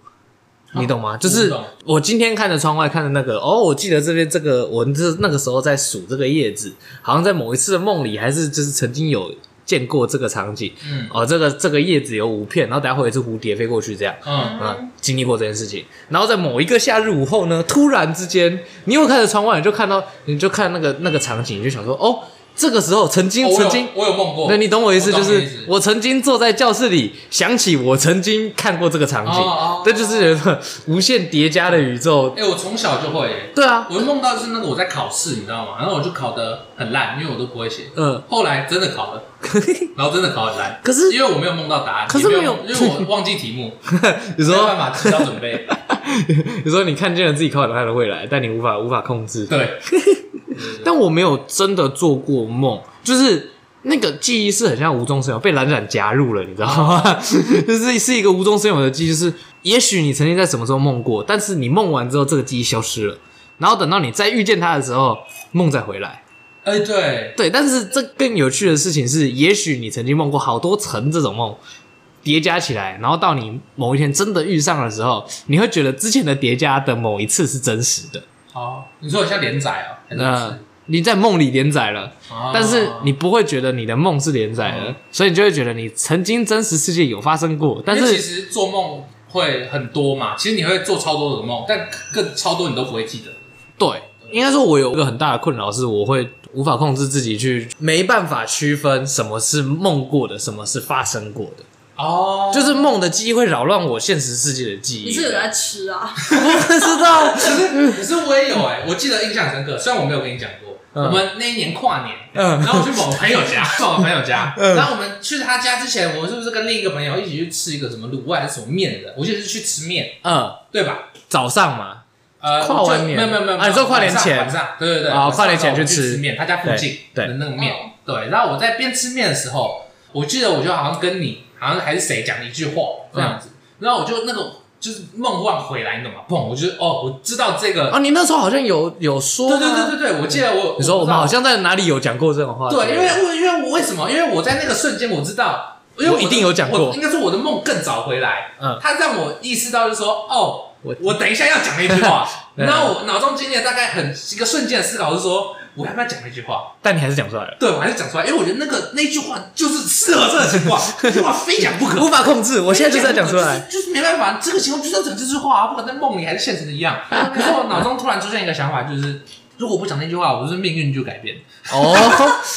Speaker 2: 你懂吗？就
Speaker 1: 我不
Speaker 2: 是
Speaker 1: 懂
Speaker 2: 我今天看着窗外看着那个，哦，我记得这边这个，我这那个时候在数这个叶子，好像在某一次的梦里，还是就是曾经有见过这个场景。
Speaker 1: 对对嗯
Speaker 2: 哦，这个这个叶子有五片，然后等下会有一只蝴蝶飞过去，这样。
Speaker 1: 嗯，
Speaker 2: 啊
Speaker 3: 嗯，
Speaker 2: 经历过这件事情，然后在某一个夏日午后呢，突然之间，你又看着窗外，你就看到，你就看那个那个场景，你就想说，哦，这个时候曾经、
Speaker 1: 哦我有
Speaker 2: 曾经，
Speaker 1: 我有梦过，
Speaker 2: 那你懂我意思，
Speaker 1: 我
Speaker 2: 就
Speaker 1: 懂你的
Speaker 2: 是
Speaker 1: 意思
Speaker 2: 我曾经坐在教室里，想起我曾经看过这个场景，
Speaker 1: 哦哦
Speaker 2: 这就是有一个无限叠加的宇宙。
Speaker 1: 哎，我从小就会耶，
Speaker 2: 对啊，
Speaker 1: 我梦到就是那个我在考试，你知道吗？然后我就考得很烂，因为我都不会写。
Speaker 2: 嗯，
Speaker 1: 后来真的考了，然后真的考很烂，
Speaker 2: 可是
Speaker 1: 因为我没有梦到答案，
Speaker 2: 可是
Speaker 1: 也
Speaker 2: 没
Speaker 1: 没
Speaker 2: 有
Speaker 1: 因为我忘记题目，
Speaker 2: 你
Speaker 1: 没有
Speaker 2: 说
Speaker 1: 办法提早准备。
Speaker 2: 你说你看见了自己考很烂的未来，但你无法无法控制。
Speaker 1: 对，
Speaker 2: 但我没有真的做过梦，就是那个记忆是很像无中生有，被冉冉夹入了，你知道吗？ 就是是一个无中生有的记忆，就是也许你曾经在什么时候梦过，但是你梦完之后，这个记忆消失了，然后等到你再遇见它的时候，梦再回来。
Speaker 1: 哎对，
Speaker 2: 对，但是这更有趣的事情是，也许你曾经梦过好多层这种梦。叠加起来，然后到你某一天真的遇上的时候，你会觉得之前的叠加的某一次是真实的。
Speaker 1: 好，你说我像连载哦，还是不
Speaker 2: 那
Speaker 1: 是
Speaker 2: 你在梦里连载了，
Speaker 1: 哦嗯
Speaker 2: 但是你不会觉得你的梦是连载的，所以你就会觉得你曾经真实世界有发生过，但
Speaker 1: 因为其
Speaker 2: 是
Speaker 1: 实做梦会很多嘛，其实你会做超多的梦，但更超多你都不会记得。
Speaker 2: 对，应该说我有一个很大的困扰是，我会无法控制自己去没办法区分什么是梦过的，什么是发生过的，
Speaker 1: 哦就
Speaker 2: 就是是梦的记忆会扰乱我现实世界的记忆。
Speaker 3: 你是 有在吃啊？
Speaker 2: 不知道？
Speaker 1: 可是我也有哎、我记得印象深刻，虽然我没有跟你讲过，
Speaker 2: 嗯
Speaker 1: 我们那一年跨年，
Speaker 2: 嗯
Speaker 1: 然后我去某朋友 家，去我朋友家，
Speaker 2: 嗯
Speaker 1: 然后我们去他家之前，我是不是跟另一个朋友一起去吃一个什么卤味还是什么面的？我记得是去吃面，
Speaker 2: 嗯，
Speaker 1: 对吧？
Speaker 2: 早上嘛，
Speaker 1: 呃，
Speaker 2: 跨完年
Speaker 1: 我就没有没有没有，
Speaker 2: 啊你说跨年前
Speaker 1: 晚上，晚上对对对，
Speaker 2: 啊
Speaker 1: 晚上
Speaker 2: 跨年前
Speaker 1: 我们去
Speaker 2: 去吃
Speaker 1: 面，他家附近
Speaker 2: 对对
Speaker 1: 的那个面，对。然后我在边吃面的时候，我记得我就好像跟你，好像还是谁讲了一句话这样子，然后我就那个就是梦幻回来，你懂吗？砰！我就哦，我知道这个，
Speaker 2: 啊，你那时候好像有有说吗，
Speaker 1: 对对对对对，我记得我
Speaker 2: 你说我们好
Speaker 1: 知
Speaker 2: 像在哪里有讲过这种话
Speaker 1: 道
Speaker 2: 之类的，
Speaker 1: 对，因为我因为我为什么？因为我在那个瞬间我知道，因为
Speaker 2: 我
Speaker 1: 的
Speaker 2: 一定有讲过
Speaker 1: 我应该说我的梦更早回来，
Speaker 2: 嗯
Speaker 1: 他让我意识到就是说哦。
Speaker 2: 我
Speaker 1: 我等一下要讲那句话，
Speaker 2: 嗯
Speaker 1: 然后我脑中经历了大概很一个瞬间的思考，是说我要不要讲那句话？
Speaker 2: 但你还是讲出 来了，
Speaker 1: 对我还是讲出来，因为我觉得那个那句话就是适合这个情况， 这句话非讲不可。
Speaker 2: 无法控制，我现在就是要讲出 来。
Speaker 1: 就是，就是没办法，这个情况就是要讲这句话啊，不管在梦里还是现实的一样。可是我脑中突然出现一个想法，就是如果我不讲那句话，我就是命运就改变了。
Speaker 2: 哦，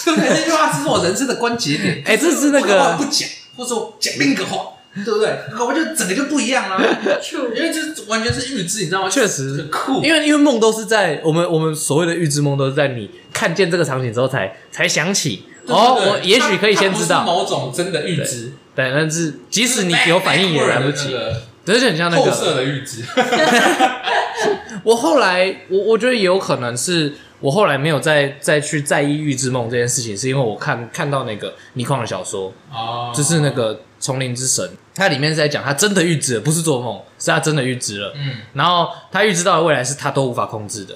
Speaker 1: 对不对？那句话是我人生的关节点。
Speaker 2: 哎这是那个
Speaker 1: 我干嘛不讲，或者我讲另一个话，对不对？我就整个就不一样了、
Speaker 3: 处
Speaker 1: 因为这完全是预知，你知道吗？
Speaker 2: 确实哦
Speaker 1: 很酷，
Speaker 2: 因为因为梦都是在我们我们所谓的预知梦都是在你看见这个场景之后才才想起
Speaker 1: 对
Speaker 2: 哦，
Speaker 1: 对对
Speaker 2: 我也许可以先知
Speaker 1: 它不是
Speaker 2: 道，
Speaker 1: 某种真的预知，
Speaker 2: 对，但是即使你有反应也来不及，
Speaker 1: 那
Speaker 2: 这就很像那
Speaker 1: 个后
Speaker 2: 个。
Speaker 1: 设的预知。
Speaker 2: 我后来我我觉得也有可能是我后来没有再再去在意预知梦这件事情，是因为我看看到那个倪匡的小说，
Speaker 1: 哦
Speaker 2: 就是那个《丛林之神》，它里面是在讲他真的预知了，不是做梦，是他真的预知了，
Speaker 1: 嗯
Speaker 2: 然后他预知到的未来是他都无法控制的，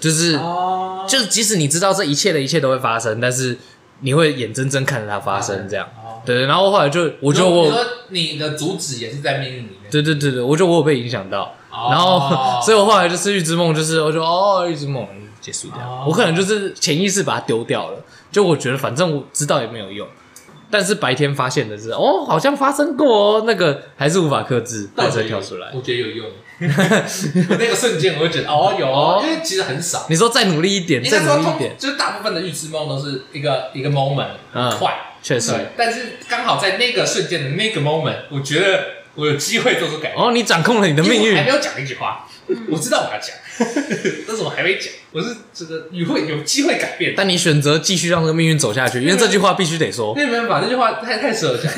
Speaker 2: 就是
Speaker 1: 哦
Speaker 2: 就是即使你知道这一切的一切都会发生，但是你会眼睁睁看着它发生，这样。
Speaker 1: 哦
Speaker 2: 对对，然后后来就我觉得
Speaker 1: 你
Speaker 2: 我，
Speaker 1: 说你的主旨也是在命运里面，
Speaker 2: 对对对对，我觉得我有被影响到，
Speaker 1: 哦
Speaker 2: 然后所以我后来就是预知梦，就是我就哦预知梦结束掉，
Speaker 1: 哦
Speaker 2: 我可能就是潜意识把它丢掉了，就我觉得反正我知道也没有用。但是白天发现的是，哦，好像发生过哦，那个还是无法克制，
Speaker 1: 到
Speaker 2: 还
Speaker 1: 底有
Speaker 2: 是跳出来。
Speaker 1: 我觉得有用。 我那个瞬间我就觉得哦有哦
Speaker 2: 哦，
Speaker 1: 因为其实很少。
Speaker 2: 你说再努力一点，
Speaker 1: 应该
Speaker 2: 再
Speaker 1: 说
Speaker 2: 努力一
Speaker 1: 通
Speaker 2: 点，，
Speaker 1: 就是大部分的预知梦都是一个一个 moment，
Speaker 2: 嗯
Speaker 1: 很快，
Speaker 2: 确实。
Speaker 1: 对。但是刚好在那个瞬间的那个 moment，我觉得我有机会做出改变。
Speaker 2: 哦，你掌控了你的命
Speaker 1: 因为我还
Speaker 2: 运
Speaker 1: 没，有讲那句话，我知道我要讲， 但是我还没讲，我是这个有会有机会改变的，
Speaker 2: 但你选择继续让这个命运走下去，因为这句话必须得说。
Speaker 1: 那没办法，这句话太太适合 讲，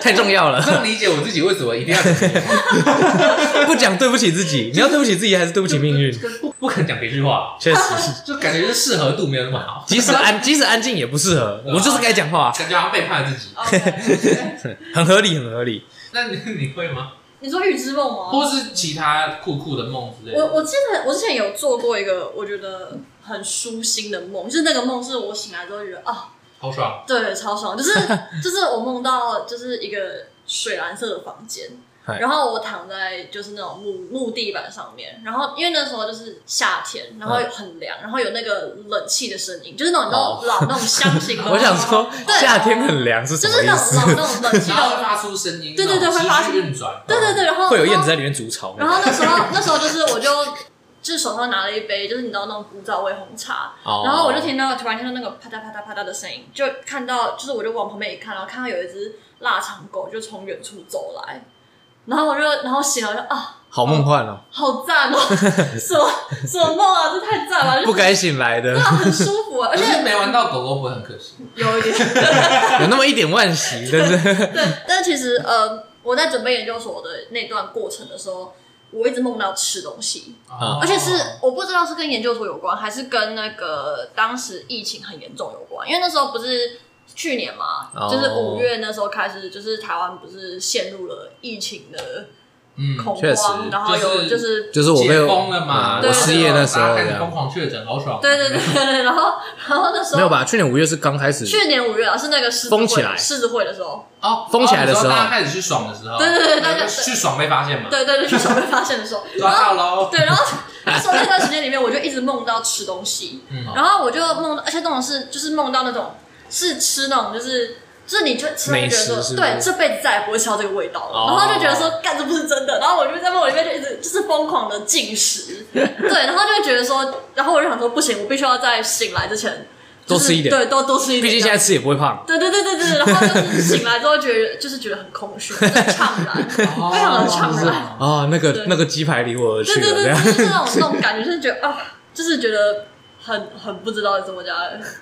Speaker 2: 太重要了，
Speaker 1: 这 样理解我自己 为什么一定要讲这句话
Speaker 2: 不讲对不起自己，你要对不起自己还是对不起命运？
Speaker 1: 跟不不肯讲别句话，
Speaker 2: 确实，
Speaker 1: 就感觉是适合度没有那么好，
Speaker 2: 即使安即使安静也不适合，
Speaker 3: 啊
Speaker 2: 我就是该讲 话，
Speaker 1: 感觉好像背叛了自己。
Speaker 3: OK
Speaker 2: 很合理，很合理。
Speaker 1: 那你 你会吗？
Speaker 3: 你说预知梦吗？
Speaker 1: 或是其他酷酷的梦之类
Speaker 3: 我
Speaker 1: 的？
Speaker 3: 我记得我之前有做过一个我觉得很舒心的梦，就是那个梦是我醒来之后觉得啊，
Speaker 1: 好爽，
Speaker 3: 对，超爽，就是 就是我梦到就是一个水蓝色的房间，
Speaker 2: 嗨
Speaker 3: 然后我躺在就是那种木木地板上面，然后因为那时候就是夏天，然后很凉，然后有那个冷气的声音，就是那种你知道老那种箱型的，
Speaker 2: 哦 我想说，
Speaker 3: 哦对
Speaker 2: 夏天很凉是什
Speaker 3: 就
Speaker 2: 么
Speaker 3: 是
Speaker 2: 意
Speaker 3: 那种老
Speaker 2: 思？
Speaker 3: 那种冷气
Speaker 1: 然后
Speaker 3: 的，
Speaker 1: 会发出声音，
Speaker 3: 对对对
Speaker 1: 那种
Speaker 3: 会发
Speaker 1: 情绪
Speaker 3: 出
Speaker 1: 运转，
Speaker 3: 对对对，然后
Speaker 2: 会有燕子
Speaker 3: 然后
Speaker 2: 在里面煮草
Speaker 3: 然
Speaker 2: 吗？
Speaker 3: 后那时候，那时候就是我就就是手上拿了一杯，就是你知道那种古早味红茶，
Speaker 2: 哦
Speaker 3: 然后我就听到突然听到那个啪嗒啪嗒啪嗒的声音，就看到就是我就往旁边一看，然后看到有一只腊肠狗就从远处走来，然后我就然后醒了我就啊，
Speaker 2: 好梦幻哦，
Speaker 3: 好赞 哦，什么什么梦啊，这太赞了，就
Speaker 2: 不该醒来的
Speaker 3: 对，啊，很舒服啊，而
Speaker 1: 哦可是
Speaker 3: 且
Speaker 1: 没玩到狗狗不会很可
Speaker 2: 嗯
Speaker 1: 惜，
Speaker 3: 有一点。
Speaker 2: 有那么一点惋惜，但是
Speaker 3: 但其实呃，我在准备研究所的那段过程的时候，我一直梦到吃东西，
Speaker 1: 哦
Speaker 2: 啊
Speaker 3: 而且是我不知道是跟研究所有关，还是跟那个当时疫情很严重有关，因为那时候不是。去年嘛
Speaker 2: 哦，
Speaker 3: 就是五月那时候开始，就是台湾不是陷入了疫情的
Speaker 1: 嗯，
Speaker 3: 恐
Speaker 2: 确实
Speaker 3: 慌，然后有
Speaker 1: 就
Speaker 3: 就是
Speaker 2: 就是我被
Speaker 1: 解封了嘛，
Speaker 2: 嗯
Speaker 3: 对
Speaker 2: 我失业那时候
Speaker 1: 大家开
Speaker 2: 这
Speaker 1: 始疯
Speaker 2: 样，
Speaker 1: 狂确诊，好爽，
Speaker 3: 对对对对，对然后然后那时
Speaker 2: 没有
Speaker 3: 候
Speaker 2: 吧？去年五月是刚开始，
Speaker 3: 去年五月啊，是那个狮子
Speaker 2: 封起来
Speaker 3: 会狮子会的时候，
Speaker 1: 哦，
Speaker 2: 封起来的时候
Speaker 1: 哦你说大家开始去爽的时候，
Speaker 3: 对对对大家
Speaker 1: 去爽被发现嘛，
Speaker 3: 对对哦对，就是我被发现的时候，
Speaker 1: 抓到喽，
Speaker 3: 对，然后那时候那段时间里面，我就一直梦到吃东西，
Speaker 1: 嗯
Speaker 3: 然后我就梦到，而且那种是就是梦到那种是吃那种就是。就是你就吃到就
Speaker 2: 美
Speaker 3: 觉
Speaker 2: 食
Speaker 3: 得
Speaker 2: 是
Speaker 3: 说，
Speaker 2: 不是
Speaker 3: 对，这辈子再也不会吃到这个味道了。
Speaker 2: 哦
Speaker 3: 然后就觉得说，干这不是真的。然后我就在梦里面就一直就是疯狂的 进食，对，然后就觉得说，然后我就想说，不行，我必须要在醒来之前、就是
Speaker 2: 多吃一点
Speaker 3: 对，多多吃一点。
Speaker 2: 毕竟现在吃也不会胖。
Speaker 3: 对对对对对，然后就是醒来之后觉得就是觉得很空虚，很怅然，
Speaker 1: 哦
Speaker 3: 非常的怅然。
Speaker 2: 哦，那个
Speaker 3: 对
Speaker 2: 那个鸡排离我而去
Speaker 3: 对对
Speaker 2: 了，
Speaker 3: 对，
Speaker 2: 这
Speaker 3: 就
Speaker 2: 样
Speaker 3: 是那种 那种感觉，就是觉得啊，就是觉得很很不知道怎么讲，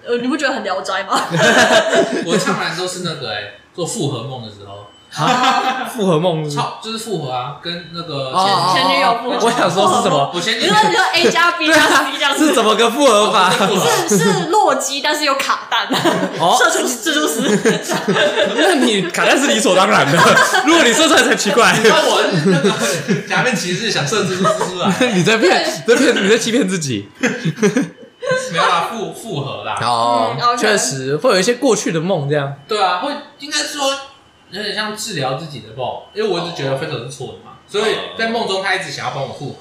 Speaker 3: 呃，你不觉得很聊 斋吗？
Speaker 1: 我唱完都是那个哎，做复合梦的时候，
Speaker 2: 复合梦是不是
Speaker 1: 超就是复合啊，跟那个
Speaker 2: 哦哦
Speaker 3: 前女友复合
Speaker 2: 哦我想说是什么？
Speaker 1: 我前
Speaker 3: 你
Speaker 1: 女友
Speaker 3: 说你说 A 加 B
Speaker 2: 对
Speaker 3: 加
Speaker 2: 啊
Speaker 3: C 这样，
Speaker 2: 是
Speaker 3: 子，
Speaker 2: 怎么个复合法？
Speaker 3: 是是洛基，但是有卡弹，
Speaker 2: 哦
Speaker 3: 射出蜘蛛丝，
Speaker 2: 那你卡带是理所当然 的，如果你说出来才奇怪。
Speaker 1: 那我是那个 假面骑士想设置出来，
Speaker 2: 你在骗，在骗，你在欺骗自己。
Speaker 1: 没有啦，复复合啦，
Speaker 2: 哦
Speaker 3: 嗯，，OK
Speaker 2: 确实会有一些过去的梦这样。
Speaker 1: 对啊，会应该说有点像治疗自己的梦，因为我一直觉得分手是错的
Speaker 2: 哦
Speaker 1: 嘛，所以在梦中他一直想要帮我复合，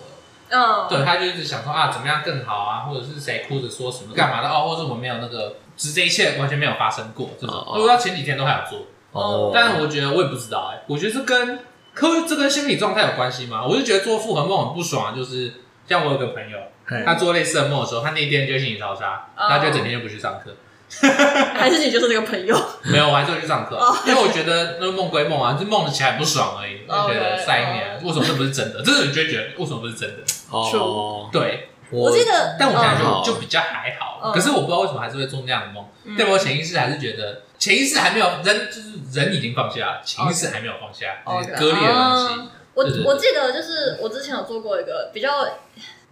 Speaker 3: 嗯，
Speaker 1: 对，他就一直想说啊怎么样更好啊，或者是谁哭着说什么干嘛的哦，或者我没有那个，只是这一切完全没有发生过这种
Speaker 2: 哦，哦
Speaker 1: 我到前几天都还有做，
Speaker 2: 哦，
Speaker 1: 但我觉得我也不知道哎、我觉得这跟可这跟心理状态有关系吗？我就觉得做复合梦很不爽，啊就是像我有个朋友，
Speaker 2: 嘿
Speaker 1: 他做类似的梦的时候，他那一天就会心理超杀，
Speaker 3: 哦
Speaker 1: 他就整天就不去上课。
Speaker 3: 还是你就是那个朋友，
Speaker 1: 没有，我还是会去上课
Speaker 3: 哦，
Speaker 1: 因为我觉得那个梦归梦啊，就梦起来很不爽而已。我
Speaker 3: 哦
Speaker 1: 就觉得
Speaker 3: 对
Speaker 1: 塞一年，为什么这不是真的？真的你就会觉得为什么不是真的？
Speaker 2: 哦，
Speaker 1: 对，
Speaker 2: 我
Speaker 3: 我记得，
Speaker 1: 但我现在
Speaker 2: 嗯
Speaker 1: 就
Speaker 2: 好
Speaker 1: 就比较还好，
Speaker 3: 哦嗯
Speaker 1: 可是我不知道为什么还是会做那样的梦。
Speaker 3: 嗯
Speaker 1: 代表我潜意识还是觉得，潜意识还没有人，就是人已经放下了，潜意识还没有放下，
Speaker 3: 哦
Speaker 1: 就是割裂的东西
Speaker 3: 嗯。我
Speaker 1: 对对对
Speaker 3: 我记得就是我之前有做过一个比较，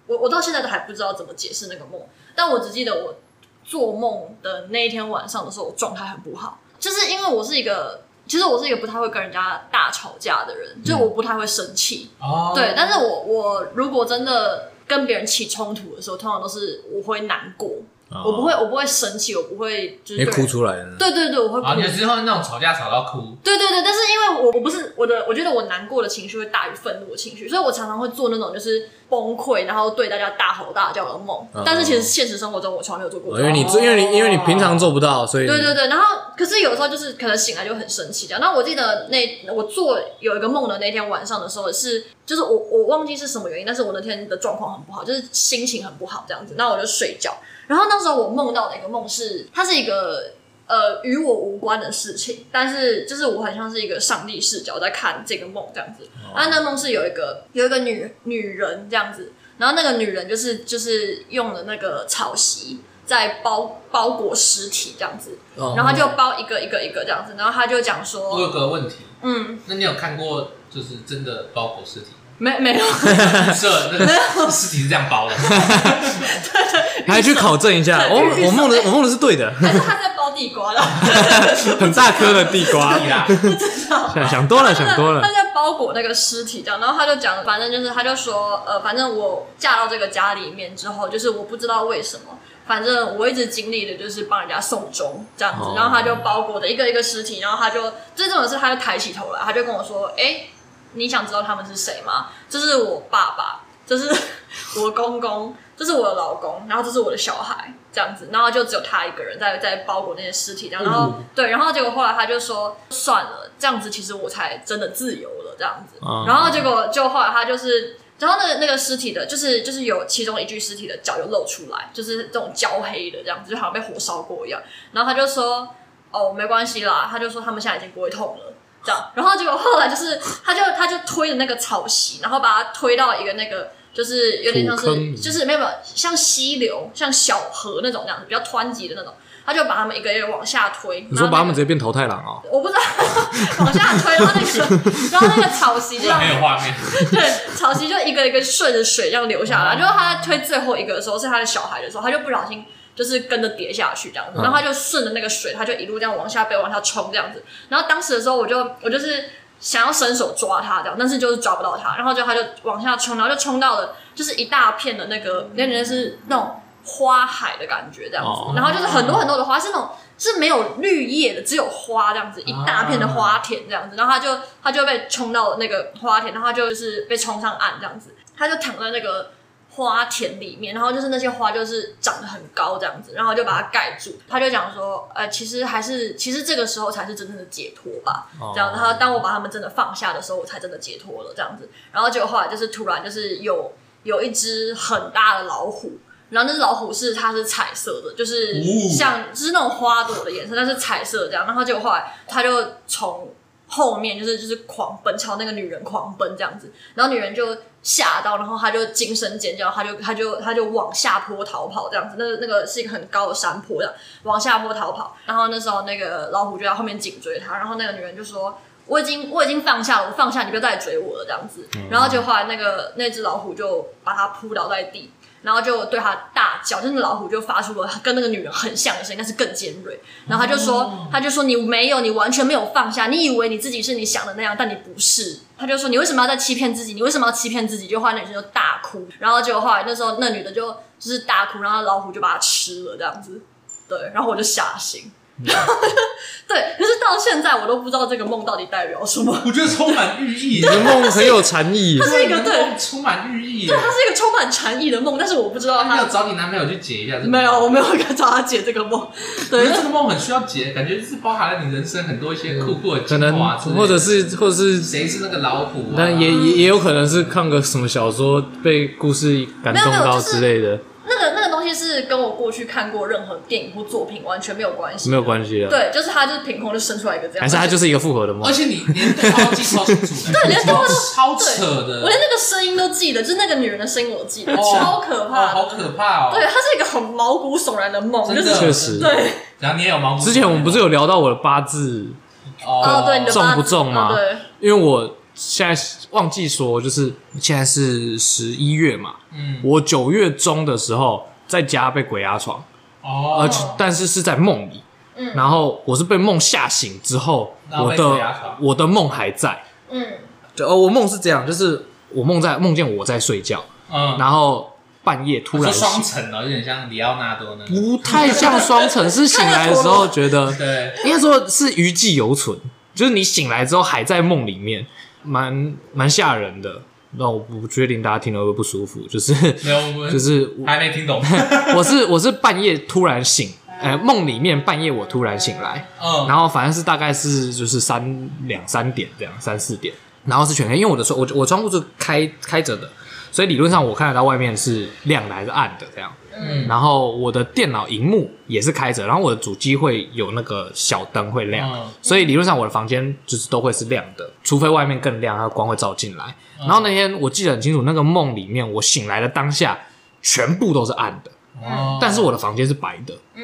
Speaker 3: 我我到现在都还不知道怎么解释那个梦，但我只记得我做梦的那一天晚上的时候，我状态很不好，就是因为我是一个，其实我是一个不太会跟人家大吵架的人，就是我不太会生气，
Speaker 1: 嗯哦，
Speaker 3: 啊对，但是我我如果真的跟别人起冲突的时候，通常都是我会难过，
Speaker 1: 哦
Speaker 3: 我不会我不会生气，我不会就是
Speaker 2: 哦你
Speaker 3: 对
Speaker 2: 哭出来了。
Speaker 3: 对对对，我会哭
Speaker 1: 啊，你之后那种吵架吵到哭，
Speaker 3: 对对对，但是因为我我不是我的，我觉得我难过的情绪会大于愤怒的情绪，所以我常常会做那种就是崩溃，然后对大家大吼大叫的梦。
Speaker 2: 哦
Speaker 3: 但是其实现实生活中我从来没有做过
Speaker 2: 哦
Speaker 3: 这
Speaker 2: 因
Speaker 3: 种
Speaker 2: 为
Speaker 3: 梦。
Speaker 2: 你做，因为你因为你平常做不到，所以
Speaker 3: 对对对，然后可是有时候就是可能醒来就很生气这样。那我记得那我做有一个梦的那天晚上的时候是，就是我我忘记是什么原因，但是我那天的状况很不好，就是心情很不好这样子。那我就睡觉，然后那时候我梦到的一个梦是，它是一个呃与我无关的事情，但是就是我很像是一个上帝视角在看这个梦这样子。啊，那梦是有一个有一个女女人这样子，然后那个女人就是就是用了那个草席在包包裹尸体这样子，
Speaker 2: 哦
Speaker 3: 然后她就包一个一个一个这样子，然后她就讲
Speaker 1: 我
Speaker 3: 说，
Speaker 1: 有个问题，
Speaker 3: 哦嗯，
Speaker 1: 那你有看过就是真的包裹尸体吗？
Speaker 3: 没没有，
Speaker 1: 色那尸体是这样包的，
Speaker 2: 还去考证一下，我
Speaker 3: 预算
Speaker 2: 我梦的我梦的是对的，
Speaker 3: 还是他在包地瓜啦？
Speaker 2: 很大颗的地瓜，
Speaker 1: 对啦，
Speaker 2: 想想多了，
Speaker 3: 他在
Speaker 2: 想多了
Speaker 3: 他。在包裹那个尸体这样，然后他就讲，反正就是他就说，呃，反正我嫁到这个家里面之后，就是我不知道为什么，反正我一直经历的就是帮人家送终这样子
Speaker 2: 哦，
Speaker 3: 然后他就包裹着一个一个尸体，然后他就最重要的是，他就抬起头来，他就跟我说，哎、你想知道他们是谁吗？这是我爸爸，这是我公公，这是我的老公，然后这是我的小孩，这样子，然后就只有他一个人在在包裹那些尸体，这样，然后、对，然后结果后来他就说算了，这样子其实我才真的自由了，这样子，
Speaker 2: 嗯
Speaker 3: 然后结果就后来他就是。然后那个那个尸体的，就是就是有其中一具尸体的脚就露出来，就是这种焦黑的这样子，就好像被火烧过一样。然后他就说：“哦，没关系啦。”他就说他们现在已经不会痛了。这样，然后结果后来就是，他就他就推着那个草席，然后把它推到一个那个，就是有点像
Speaker 2: 土坑
Speaker 3: 是
Speaker 2: 里
Speaker 3: 就是没有没有像溪流、像小河那种这样子，比较湍急的那种，他就把他们一个一个往下推。
Speaker 2: 你说把他们直
Speaker 3: 接，
Speaker 2: 接变淘汰狼啊？
Speaker 3: 我不知道 往下推，然后那个然后那个草席就让
Speaker 1: 没有画面，
Speaker 3: 对，草席就一个一个顺着水这样流
Speaker 1: 哦
Speaker 3: 下来，就是他在推最后一个的时候是他的小孩的时候，他就不小心就是跟着跌下去这样
Speaker 1: 嗯
Speaker 3: 子，然后他就顺着那个水，他就一路这样往下被往下冲这样子，然后当时的时候我就我就是想要伸手抓他这样，但是就是抓不到他，然后就他就往下冲，然后就冲到了就是一大片的那个那人是那种花海的感觉这样
Speaker 2: 哦
Speaker 3: 子，然后就是很多很多的花是那种。是没有绿叶的，只有花这样子，一大片的花田这样子，然后他就他就被冲到那个花田，然后他就是被冲上岸这样子，他就躺在那个花田里面，然后就是那些花就是长得很高这样子，然后就把它盖住，他就讲说，呃，其实还是其实这个时候才是真正的解脱吧，
Speaker 2: 哦
Speaker 3: 这样，然后当我把他们真的放下的时候，我才真的解脱了这样子，然后结果后来就是突然就是有有一只很大的老虎。然后那只老虎是它是彩色的，就是
Speaker 1: 哦
Speaker 3: 像就是那种花朵的颜色，但是彩色这样。然后结果后来它就从后面就是就是狂奔，朝那个女人狂奔这样子，然后女人就吓到，然后她就惊声尖叫，她就她就她就往下坡逃跑这样子，那那个是一个很高的山坡的，往下坡逃跑，然后那时候那个老虎就在后面紧追她，然后那个女人就说。我已经我已经放下了，我放下，你不要再来追我了，这样子。然后就后来那个那只老虎就把它扑倒在地，然后就对它大叫，就是那老虎就发出了跟那个女人很像的声音，但是更尖锐。然后他就说，他就说你没有，你完全没有放下，你以为你自己是你想的那样，但你不是。他就说你为什么要再欺骗自己？你为什么要欺骗自己？就后来那女生就大哭，然后结果后来那时候那女的就就是大哭，然后老虎就把它吃了这样子。对，然后我就吓醒。 对，可是到现在我都不知道这个梦到底代表什么。
Speaker 1: 我觉得充满寓意
Speaker 2: 你，的梦很有禅意，
Speaker 3: 是一个对
Speaker 1: 充满寓意，
Speaker 3: 它是一个充满禅意的梦，但是我不知道
Speaker 1: 要
Speaker 3: 它
Speaker 1: 找你男朋友去解一下，这个
Speaker 3: 没有，我没有找他解这个梦。
Speaker 1: 我
Speaker 3: 对，
Speaker 1: 觉得这个梦很需要解，感觉是包含了你人生很多一些酷酷的
Speaker 2: 可
Speaker 1: 精
Speaker 2: 能
Speaker 1: 华之类的
Speaker 2: 或者是或者是，
Speaker 1: 谁是那个老虎啊？
Speaker 2: 但也也也有可能是看个什么小说被故事感动
Speaker 3: 没有没有
Speaker 2: 到
Speaker 3: 就是
Speaker 2: 之类的，
Speaker 3: 那个那个东西是跟我过去看过任何电影或作品完全没有关系。
Speaker 2: 没有关系啊。
Speaker 3: 对，就是他就是凭空就生出来一个这样，
Speaker 2: 还是它就是一个复合的梦
Speaker 1: 而，且你连超级超清楚，对
Speaker 3: 连
Speaker 1: 超
Speaker 3: 都
Speaker 1: 超扯的，
Speaker 3: 我连那个声音都记得，就是那个女人的声音我记得，
Speaker 1: 哦
Speaker 3: 超可
Speaker 1: 哦，
Speaker 3: 怕的。
Speaker 1: 好可怕哦！
Speaker 3: 对，它是一个很毛骨悚然的梦，就
Speaker 1: 真
Speaker 3: 是
Speaker 1: 的
Speaker 2: 确实
Speaker 3: 对，
Speaker 1: 然后你也有毛骨悚然，
Speaker 2: 之前我们不是有聊到我的八字，
Speaker 3: 哦
Speaker 1: 哦，
Speaker 3: 对，你的八字
Speaker 2: 重不重嘛
Speaker 3: 哦对，
Speaker 2: 因为我现在忘记说，就是现在是十一月嘛，
Speaker 1: 嗯，
Speaker 2: 我九月中的时候在家被鬼压床，而
Speaker 1: 哦，
Speaker 2: 且但是是在梦里，
Speaker 3: 嗯
Speaker 2: 然后我是被梦吓醒之后，
Speaker 1: 然后
Speaker 2: 我
Speaker 1: 被鬼压
Speaker 2: 的
Speaker 1: 床
Speaker 2: 我的梦还在，
Speaker 3: 嗯，
Speaker 2: 就呃我梦是这样，就是我梦在梦见我在睡觉，
Speaker 1: 嗯，
Speaker 2: 然后半夜突
Speaker 1: 说
Speaker 2: 然
Speaker 1: 双
Speaker 2: 醒，
Speaker 1: 层哦，有点像里奥纳多那个，
Speaker 2: 不太像双层，是醒来的时候觉得
Speaker 1: 对，
Speaker 2: 应该说是余悸犹存，就是你醒来之后还在梦里面，蛮蛮吓人的。那我不确定大家听了会不会不舒服，就是
Speaker 1: 没有，我们
Speaker 2: 就是我
Speaker 1: 还没听懂，
Speaker 2: 我是我是半夜突然醒，呃，梦里面半夜我突然醒来，
Speaker 1: 嗯，
Speaker 2: 然后反正是大概是就是三两三点这样，三四点，然后是全黑，因为我的窗我我窗户是开开着的，所以理论上我看得到外面是亮的还是暗的这样。
Speaker 1: 嗯
Speaker 2: 然后我的电脑荧幕也是开着，然后我的主机会有那个小灯会亮，
Speaker 1: 嗯
Speaker 2: 所以理论上我的房间就是都会是亮的，除非外面更亮，它的光会照进来。然后那天我记得很清楚，那个梦里面我醒来的当下，全部都是暗的，
Speaker 1: 哦
Speaker 2: 但是我的房间是白的。
Speaker 3: 嗯，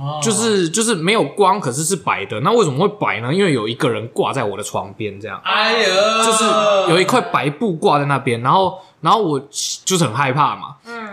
Speaker 1: 哦
Speaker 2: 就是就是没有光，可是是白的。那为什么会白呢？因为有一个人挂在我的床边，这样
Speaker 1: 哎呦，
Speaker 2: 就是
Speaker 1: 呃
Speaker 2: 有一块白布挂在那边，然后然后我就是很害怕嘛。
Speaker 3: 嗯，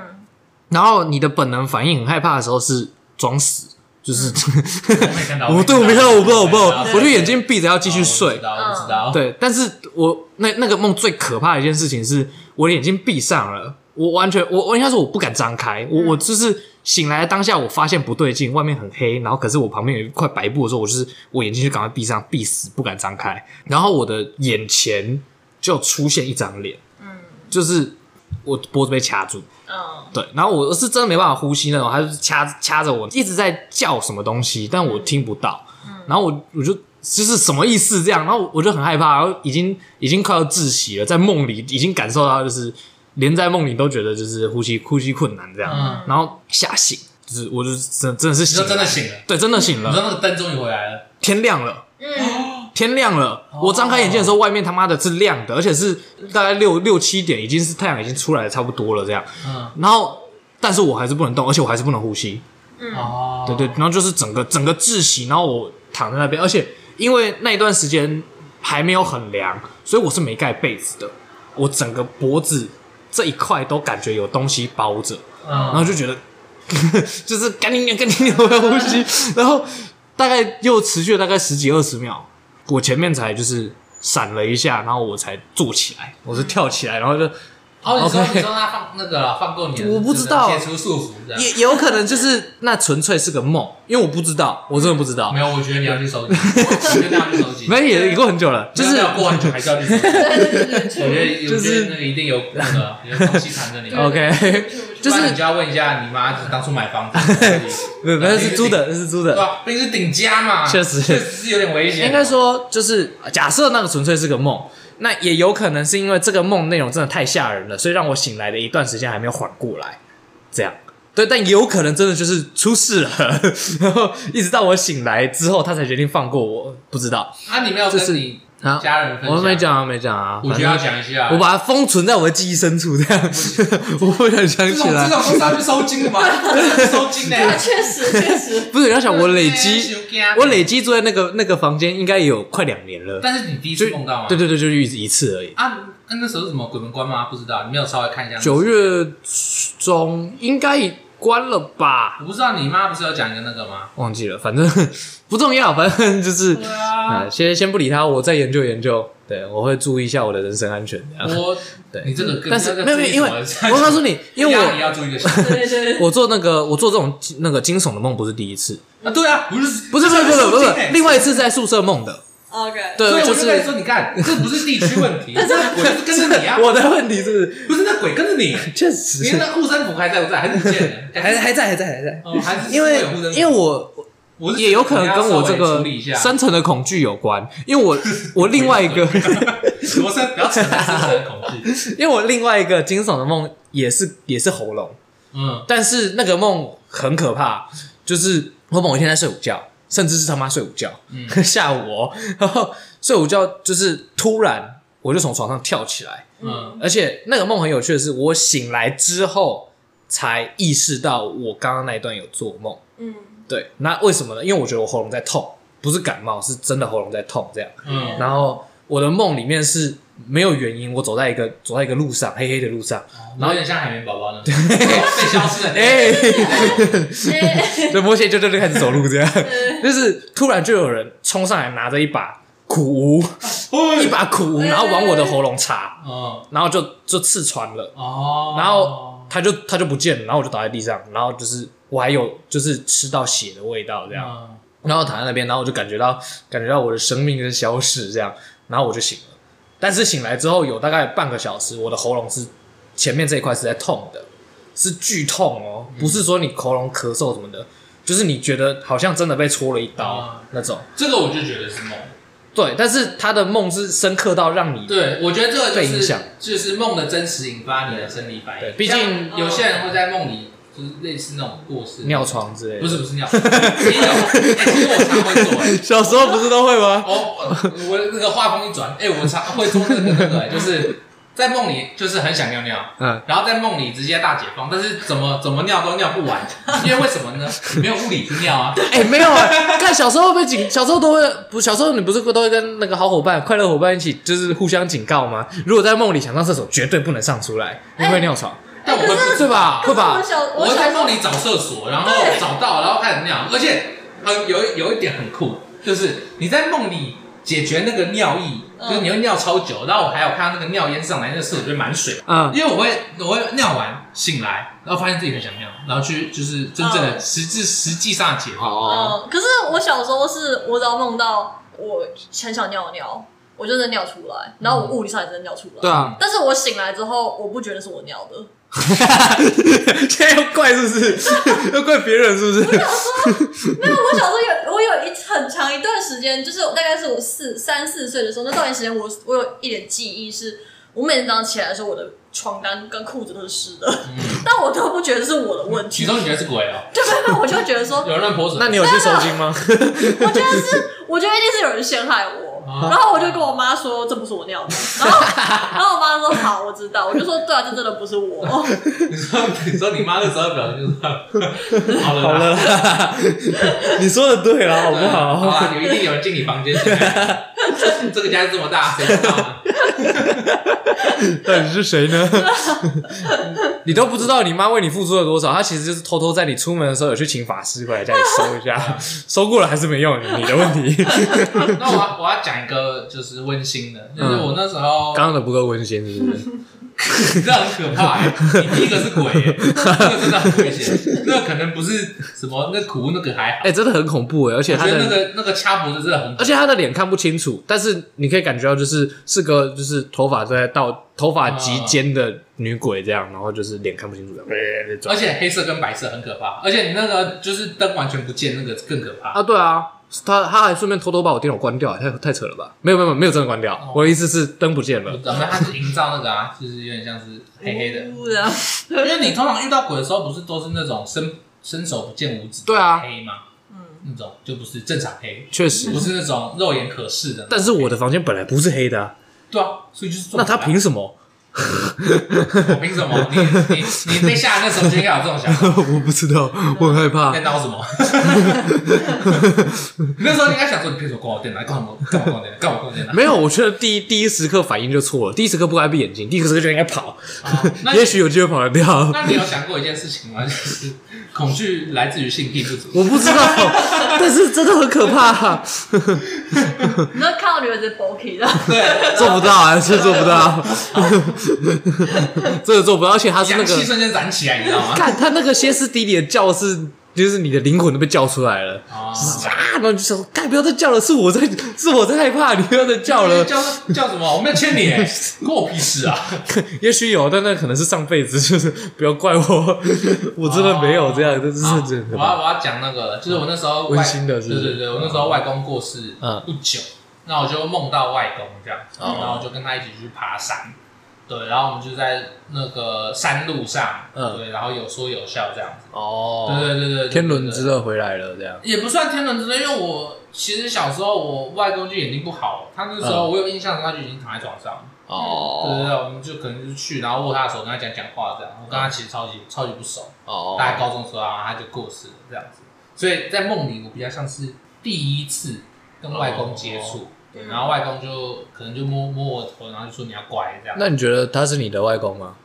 Speaker 2: 然后你的本能反应很害怕的时候是装死，就是、
Speaker 1: 没看到，
Speaker 2: 我对我没看到，我不知道，我不知道，
Speaker 1: 嗯 对哦
Speaker 2: 我就眼睛闭着要继续
Speaker 1: 我
Speaker 2: 睡
Speaker 1: 知。道，我知道，
Speaker 2: 对，但是我那那个梦最可怕的一件事情是，我的眼睛闭上了，我完全我我应该说我不敢张开，
Speaker 1: 嗯
Speaker 2: 我、我就是醒来的当下，我发现不对劲，外面很黑，然后可是我旁边有一块白布的时候，我就是我眼睛就赶快闭上，闭死不敢张开，然后我的眼前就出现一张脸，嗯，就是我脖子被掐住，
Speaker 3: 嗯，
Speaker 2: 对，然后我是真的没办法呼吸那种，他就是掐掐着我，一直在叫什么东西，但我听不到。嗯然后我我就就是什么意思这样，然后我就很害怕，然后已经已经快要窒息了，在梦里已经感受到就是连在梦里都觉得就是呼吸呼吸困难这样，
Speaker 1: 嗯
Speaker 2: 然后吓醒，就是我就是真真的是
Speaker 1: 你
Speaker 2: 醒
Speaker 1: 说
Speaker 2: 了，
Speaker 1: 真的醒了，嗯
Speaker 2: 对，真的醒
Speaker 1: 你说
Speaker 2: 了，
Speaker 1: 那个灯终于回来了，
Speaker 2: 天亮了。 哦
Speaker 3: 嗯，
Speaker 2: 天亮了，
Speaker 1: 哦
Speaker 2: 我张开眼睛的时候，外面他妈的是亮的，而且是大概六六七点，已经是太阳已经出来了差不多了这样。
Speaker 1: 嗯，
Speaker 2: 然后，但是我还是不能动，而且我还是不能呼吸。
Speaker 1: 哦，
Speaker 2: 对对，然后就是整个整个窒息，然后我躺在那边，而且因为那一段时间还没有很凉，所以我是没盖被子的，我整个脖子这一块都感觉有东西包着，然
Speaker 1: 嗯，
Speaker 2: 后就觉得 就是赶紧赶紧我要呼吸，然后大概又持续了大概十几二十秒，我前面才就是闪了一下，然后我才坐起来，我是跳起来，然后就
Speaker 1: 哦，你说
Speaker 2: OK
Speaker 1: 你说他放那个啦放过你的，
Speaker 2: 我不知道
Speaker 1: 解除束缚这样。
Speaker 2: 也也有可能就是那纯粹是个梦，因为我不知道，我真的不知道
Speaker 1: 没，有，我觉得你要去收 集，我觉得你要去收集，
Speaker 2: 没有也也过很久了，就是
Speaker 1: 没有没有过很久还是要去收 集。
Speaker 3: 对对对对，
Speaker 1: 我觉得，
Speaker 2: 就
Speaker 1: 我觉
Speaker 2: 是
Speaker 1: 得那个一定有那 个有东西藏着你。
Speaker 3: 对
Speaker 2: OK，就
Speaker 1: 不然
Speaker 2: 是
Speaker 1: 你就要问一下你妈，就是当初买 房子的目的，
Speaker 2: 没有没有是租的，是租
Speaker 1: 对
Speaker 2: 的。
Speaker 1: 吧？毕竟是顶家嘛，
Speaker 2: 确实
Speaker 1: 确实是有点危险。
Speaker 2: 应该说就是假设那个纯粹是个梦，那也有可能是因为这个梦内容真的太吓人了，所以让我醒来的一段时间还没有缓过来，这样。对，但也有可能真的就是出事了， 然后一直到我醒来之后，他才决定放过我，不知道。
Speaker 1: 啊，你没有
Speaker 2: 就是
Speaker 1: 跟你
Speaker 2: 啊
Speaker 1: 家人分享，
Speaker 2: 我没，讲啊，没讲啊，
Speaker 1: 我觉得要讲一下。
Speaker 2: 我把它封存在我的记忆深处，这样 我不想想
Speaker 1: 这
Speaker 2: 起
Speaker 1: 种这
Speaker 2: 来。
Speaker 1: 种都是要去收金的嘛， 这是收金的。
Speaker 3: 确实确实，
Speaker 2: 不是，要想我累积，
Speaker 1: 啊
Speaker 2: 我，累积住在那个那个房间，应该也有快两年了。
Speaker 1: 但是你第一
Speaker 2: 就
Speaker 1: 次碰到吗？
Speaker 2: 对对对，就一一次而已。
Speaker 1: 啊，那那时候是什么鬼门关吗？不知道，你没有稍微看一下。
Speaker 2: 九，月中应该已关了吧？
Speaker 1: 我不知道你妈不是有讲一个那个吗？
Speaker 2: 忘记了，反正不重要，反正就是
Speaker 1: 对啊
Speaker 2: 啊，，先先不理他，我再研究研究。对，我会注意一下我的人身安全。这样
Speaker 1: 我
Speaker 2: 对，
Speaker 1: 哦你这个跟
Speaker 2: 但是
Speaker 1: 那个
Speaker 2: 没有没有，因为
Speaker 1: 注意什么
Speaker 2: 我告诉你， 因为
Speaker 1: 压力
Speaker 2: 我
Speaker 1: 要注意的 事
Speaker 3: 对对对，
Speaker 2: 我做那个我做这种那个惊悚的梦不是第一次，
Speaker 1: 啊，对啊，不是
Speaker 2: 不是不是不是不
Speaker 1: 收
Speaker 2: 是
Speaker 1: 金欸，
Speaker 2: 另外一次在宿舍梦的，
Speaker 3: OK，
Speaker 2: 对，
Speaker 1: 所以
Speaker 2: 就
Speaker 1: 我就在
Speaker 2: 是
Speaker 1: 说，你看，这不是地区问 题，这个鬼就是跟着你啊，
Speaker 2: 我的问题是
Speaker 1: 不是那鬼跟着你，
Speaker 2: 确
Speaker 1: 你
Speaker 2: 实
Speaker 1: 看那护身符还在不在？还是不见了？
Speaker 2: 还还在还在还在，
Speaker 1: 哦，还是
Speaker 2: 因为
Speaker 1: 是有护身符
Speaker 2: 因为我
Speaker 1: 我是
Speaker 2: 也有可能跟我这
Speaker 1: 你要稍微
Speaker 2: 个
Speaker 1: 处理一下
Speaker 2: 深层的恐惧有关，因为我我另外一个，
Speaker 1: 罗生不要扯到深层的恐惧，
Speaker 2: 因为我另外一个惊悚的梦也是也是喉咙，
Speaker 1: 嗯，
Speaker 2: 但是那个梦很可怕，就是我某一天在睡午觉，甚至是他妈睡午觉，
Speaker 1: 嗯
Speaker 2: 吓我哦，然后睡午觉就是突然我就从床上跳起来，
Speaker 1: 嗯
Speaker 2: 而且那个梦很有趣的是，我醒来之后才意识到我刚刚那一段有做梦。
Speaker 3: 嗯
Speaker 2: 对，那为什么呢？因为我觉得我喉咙在痛，不是感冒，是真的喉咙在痛这样。
Speaker 1: 嗯
Speaker 2: 然后我的梦里面是没有原因，我走在一个走在一个路上，黑黑的路上，
Speaker 1: 然后有点像海绵宝宝 呢，被消失了，
Speaker 2: 哎、
Speaker 3: 哎
Speaker 2: 对，魔鞋就就就开始走路这样，就是突然就有人冲上来拿着一把苦无，一把苦无，然后往我的喉咙插，
Speaker 1: 嗯，
Speaker 2: 然后就就刺穿了。
Speaker 1: 哦，
Speaker 2: 然后他就他就不见了，然后我就倒在地上，然后就是我还有就是吃到血的味道这样，
Speaker 1: 嗯，
Speaker 2: 然后躺在那边，然后我就感觉到感觉到我的生命在消逝这样，然后我就醒了，但是醒来之后有大概半个小时，我的喉咙是前面这一块是在痛的，是剧痛哦，
Speaker 1: 嗯
Speaker 2: 不是说你喉咙咳嗽什么的，就是你觉得好像真的被戳了一刀
Speaker 1: 啊
Speaker 2: 那种，
Speaker 1: 这个我就觉得是梦。
Speaker 2: 对，但是他的梦是深刻到让你
Speaker 1: 对，我觉得这个
Speaker 2: 被
Speaker 1: 就
Speaker 2: 影响
Speaker 1: 是就是梦的真实引发你的生理反
Speaker 2: 对
Speaker 1: 应。
Speaker 2: 毕竟
Speaker 1: 像有些人会在梦里就是类似那种过世，
Speaker 2: 尿床之类的，
Speaker 1: 不是不是尿，也有。哎其实我常会做，哎
Speaker 2: 小时候不是都会吗？
Speaker 1: 哦，我那个话锋一转，哎，我常会做那个那个，哎就是在梦里就是很想尿尿，
Speaker 2: 嗯，
Speaker 1: 然后在梦里直接大解放，但是怎么怎么尿都尿不 完，因为为什么呢？没有物理之尿啊，
Speaker 2: 哎、没有啊，看小时候被警，小时候都会不，小时候你不是都会跟那个好伙伴、快乐伙伴一起，就是互相警告吗？如果在梦里想上厕所，绝对不能上出来，因为尿床，
Speaker 1: 但我
Speaker 3: 可
Speaker 1: 们
Speaker 3: 是
Speaker 2: 对吧？
Speaker 3: 可
Speaker 2: 会
Speaker 3: 是我
Speaker 2: 吧？
Speaker 3: 小
Speaker 1: 我
Speaker 3: 小
Speaker 1: 会在
Speaker 3: 时候
Speaker 1: 梦里找厕所，然后
Speaker 3: 对
Speaker 1: 找到，然后开始尿，而且很有一有一点很酷，就是你在梦里解决那个尿意，
Speaker 3: 嗯
Speaker 1: 就是你会尿超久，然后我还有看到那个尿烟上来，那个厕所就满水，
Speaker 2: 嗯，
Speaker 1: 因为我会我会尿完醒来，然后发现自己很想尿，然后去就是真正的
Speaker 3: 嗯
Speaker 1: 实质实际上的解放。
Speaker 2: 哦，
Speaker 3: 嗯，可是我小时候是我只要梦到我很想尿尿，我就真的尿出来，然后我物理上也真的尿出来。
Speaker 2: 对啊，
Speaker 3: 但是我醒来之后，我不觉得是我尿的，
Speaker 2: 现在要怪是不是？ 要怪别人是不是？
Speaker 3: 没有。我小时候有，我有一很长一段时间，就是大概是我四三四岁的时候，那段时间我我有一点记忆是，我每天早上起来的时候，我的床单跟裤子都是湿的，
Speaker 2: 嗯
Speaker 3: 但我都不觉得是我的问
Speaker 1: 其
Speaker 3: 题。
Speaker 1: 中你觉得是鬼哦、
Speaker 3: 对对对， 我就觉得说，
Speaker 1: 有人乱泼水，
Speaker 2: 那你有去收金吗？
Speaker 3: 我觉得是，我觉得一定是有人陷害我
Speaker 1: 啊。
Speaker 3: 然后我就跟我妈说，这不是我尿的。然后，然后我妈说好，我知道。我就说对啊，这真的不是我。
Speaker 1: 你说你说你妈那时候表情就是，好了啦
Speaker 2: 好了 啦，你说的对啦，好不
Speaker 1: 好
Speaker 2: 好？
Speaker 1: 啦，有一定有人进你房间， 这个家这么大，谁知道啊？
Speaker 2: 到底是谁呢？ 你都不知道你妈为你付出了多少，她其实就是偷偷在你出门的时候有去请法师过来家里收一下，收过了还是没用，你的问题。
Speaker 1: 那我要我要讲一个就是温馨的，就是我那时候
Speaker 2: 刚刚的不够温馨，是不是？
Speaker 1: 这很可怕、欸，你第一个是鬼、欸，那个真的很危险，那个可能不是什么那苦那个还好，
Speaker 2: 哎、真的很恐怖哎，而且
Speaker 1: 我
Speaker 2: 她
Speaker 1: 觉得那
Speaker 2: 的。
Speaker 1: 个那个掐脖子真的很
Speaker 2: 而且她的脸看不清楚，但是你可以感觉到，就是是个就是头发在到头发及肩的女鬼这样，然后就是脸看不清楚的，
Speaker 1: 而且黑色跟白色很可怕，而且你那个就是灯完全不见，那个更可怕。
Speaker 2: 啊，对啊，他他还顺便偷偷把我电脑关掉，太太扯了吧？没有没有没有真的关掉，我的意思是灯不见了。
Speaker 1: 咱们它是营造那个啊，就是有点像是黑黑的，
Speaker 3: 呜这样
Speaker 1: 因为你通常遇到鬼的时候，不是都是那种伸伸手不见五指，
Speaker 2: 对啊
Speaker 1: 黑嘛，
Speaker 3: 嗯，
Speaker 1: 那种就不是正常黑，
Speaker 2: 确实
Speaker 1: 不，是那种肉眼可视的。
Speaker 2: 但是我的房间本来不是黑的啊、
Speaker 1: 对啊，所以就是撞
Speaker 2: 那他
Speaker 1: 鬼啊
Speaker 2: 凭什么？
Speaker 1: 我凭什么？你你你被吓的那时候就应该有这种想 法，
Speaker 2: 我不知道，我很害
Speaker 1: 在
Speaker 2: 怕。
Speaker 1: 闹什 么？你那时候应该想说，你凭什么关我电脑？干嘛干嘛关我电脑？干嘛关我电 脑？
Speaker 2: 没有，我觉得第一第一时刻反应就错了，第一时刻不该闭眼睛，第一时刻就应该跑，
Speaker 1: 啊那
Speaker 2: 也许有机会跑得掉。
Speaker 1: 那你有想过一件事情吗？就是恐惧来自于性癖不足。
Speaker 2: 我不知 道，但是真的很可怕、
Speaker 3: 你知道看到女儿子 bulky 的，
Speaker 1: 对，
Speaker 2: 做不到啊，是做不 到，真的做不到，而且他是那
Speaker 1: 阳
Speaker 2: 个
Speaker 1: 气瞬间燃起来，你知道 吗？
Speaker 2: 看他那个歇斯底里的叫是，就是你的灵魂都被叫出来了
Speaker 1: 啊
Speaker 2: 啊！然后你就想说，干不要再叫了，是我在，是我在害怕，你不要再叫了。
Speaker 1: 哎叫叫什么？我没有欠你 欸，关我屁事啊！
Speaker 2: 也许有，但那可能是上辈子，就是不要怪我， 我真的没有这样，这是
Speaker 1: 好
Speaker 2: 真
Speaker 1: 我
Speaker 2: 的。
Speaker 1: 要我要讲那个，就是我那时候外
Speaker 2: 温馨的是不
Speaker 1: 对
Speaker 2: 是
Speaker 1: 对对，我那时候外公过世
Speaker 2: 嗯
Speaker 1: 不久，那我就梦到外公这样，
Speaker 2: 哦
Speaker 1: 然后我就跟他一起去爬山，对，然后我们就在那个山路上，
Speaker 2: 嗯
Speaker 1: 对，然后有说有笑这样子，
Speaker 2: 哦，
Speaker 1: 对对对对，
Speaker 2: 天伦之
Speaker 1: 乐
Speaker 2: 乐回来了，这样。
Speaker 1: 也不算天伦之乐，因为我其实小时候我外公就眼睛不好，他那时
Speaker 2: 嗯
Speaker 1: 候我有印象，他就已经躺在床上，对对
Speaker 2: 哦
Speaker 1: 对，我们就可能就是去，然后握他的手，跟他讲讲话这样，我跟他其实超级超级不熟。
Speaker 2: 哦
Speaker 1: 大概高中时候啊，他就过世了这样子。所以在梦里，我比较像是第一次跟外公接触，对，然后外公就可能就摸摸我头，然后就说你要乖这样。
Speaker 2: 那你觉得他是你的外公吗？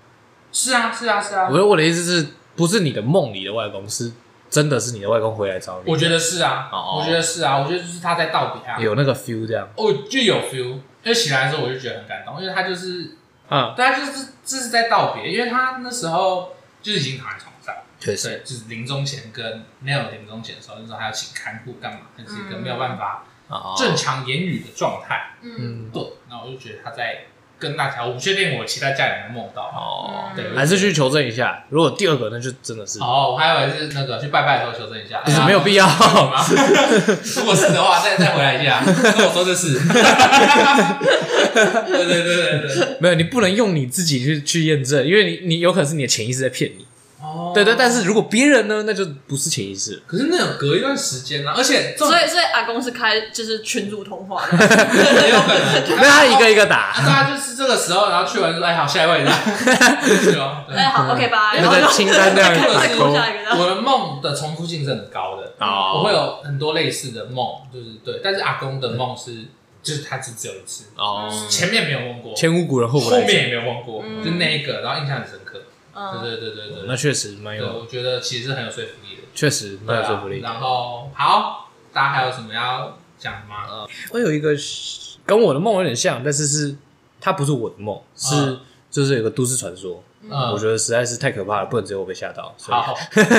Speaker 1: 是啊，是啊，是啊，
Speaker 2: 我我的意思是不是你的梦里的外公，是真的是你的外公回来找你？
Speaker 1: 我觉得是啊，
Speaker 2: 哦
Speaker 1: 我觉得是啊，我觉得就是他在道别啊，
Speaker 2: 有那个 feel 这样
Speaker 1: 我就有 feel。就起来的时候，我就觉得很感动，因为他就是，
Speaker 2: 啊，
Speaker 1: 大家就是这是在道别，因为他那时候就是已经躺在床上。
Speaker 2: 确实。
Speaker 1: 对，就是临终前跟没有临终前的时候，那时候还要请看护干嘛，那是一个没有办法
Speaker 2: 哦
Speaker 1: 正常言语的状态。
Speaker 3: 嗯，
Speaker 1: 对，那我就觉得他在跟大家，我不确定我期待家里能梦到啊。
Speaker 2: 哦，
Speaker 1: 对，
Speaker 2: 还是去求证一下。如果第二个，那就真的是
Speaker 1: 哦，我还以为是那个去拜拜的时候求证一下，
Speaker 2: 就是 没有必要。
Speaker 1: 要 吗？ 如果是的话，再再回来一下，跟我说这 是。对对对对对，
Speaker 2: 没有，你不能用你自己去去验证，因为你你有可能是你的潜意识在骗你。
Speaker 1: 哦
Speaker 2: 对对，但是如果别人呢，那就不是潜意识了。
Speaker 1: 可是那有隔一段时间啊啦，而且这种
Speaker 3: 所以所以阿公是开就是群主通话 的，
Speaker 1: 很有可 能，
Speaker 2: 那他一个一个
Speaker 1: 啊，
Speaker 2: 打，
Speaker 1: 大家就是这个时候，然后去完就说，哎，好，下一位， 然后是哦对
Speaker 3: 哎好 OK 吧，
Speaker 2: 那
Speaker 3: 然后
Speaker 2: 个
Speaker 3: 就
Speaker 2: 清单这样
Speaker 3: 再
Speaker 1: 打
Speaker 3: 开
Speaker 1: 勾
Speaker 3: 始下一个，
Speaker 1: 我的梦的重复性是很高的，
Speaker 2: 哦
Speaker 1: 我会有很多类似的梦，就是对，但是阿公的梦是，就是他只只有一次，
Speaker 2: 哦，
Speaker 1: 前面没有梦过，
Speaker 2: 前无古人后无
Speaker 1: 后
Speaker 2: 来
Speaker 1: 面
Speaker 2: 者，
Speaker 1: 也没有梦过，
Speaker 3: 嗯
Speaker 1: 就那一个，然后印象很深刻，
Speaker 3: 嗯，
Speaker 1: 对对对对
Speaker 2: 哦那
Speaker 1: 对，
Speaker 2: 确实蛮
Speaker 1: 对，
Speaker 2: 有，
Speaker 1: 我觉得其实是很有说服力的，
Speaker 2: 确实蛮有说服
Speaker 1: 对
Speaker 2: 力
Speaker 1: 啊。然后好，大家还有什么要讲的吗？
Speaker 2: 我有一个跟我的梦有点像，但是是它不是我的梦，是
Speaker 1: 嗯
Speaker 2: 就是有个都市传说，
Speaker 1: 嗯，
Speaker 2: 我觉得实在是太可怕了，不能只有我被吓到。所以
Speaker 1: 好，好，然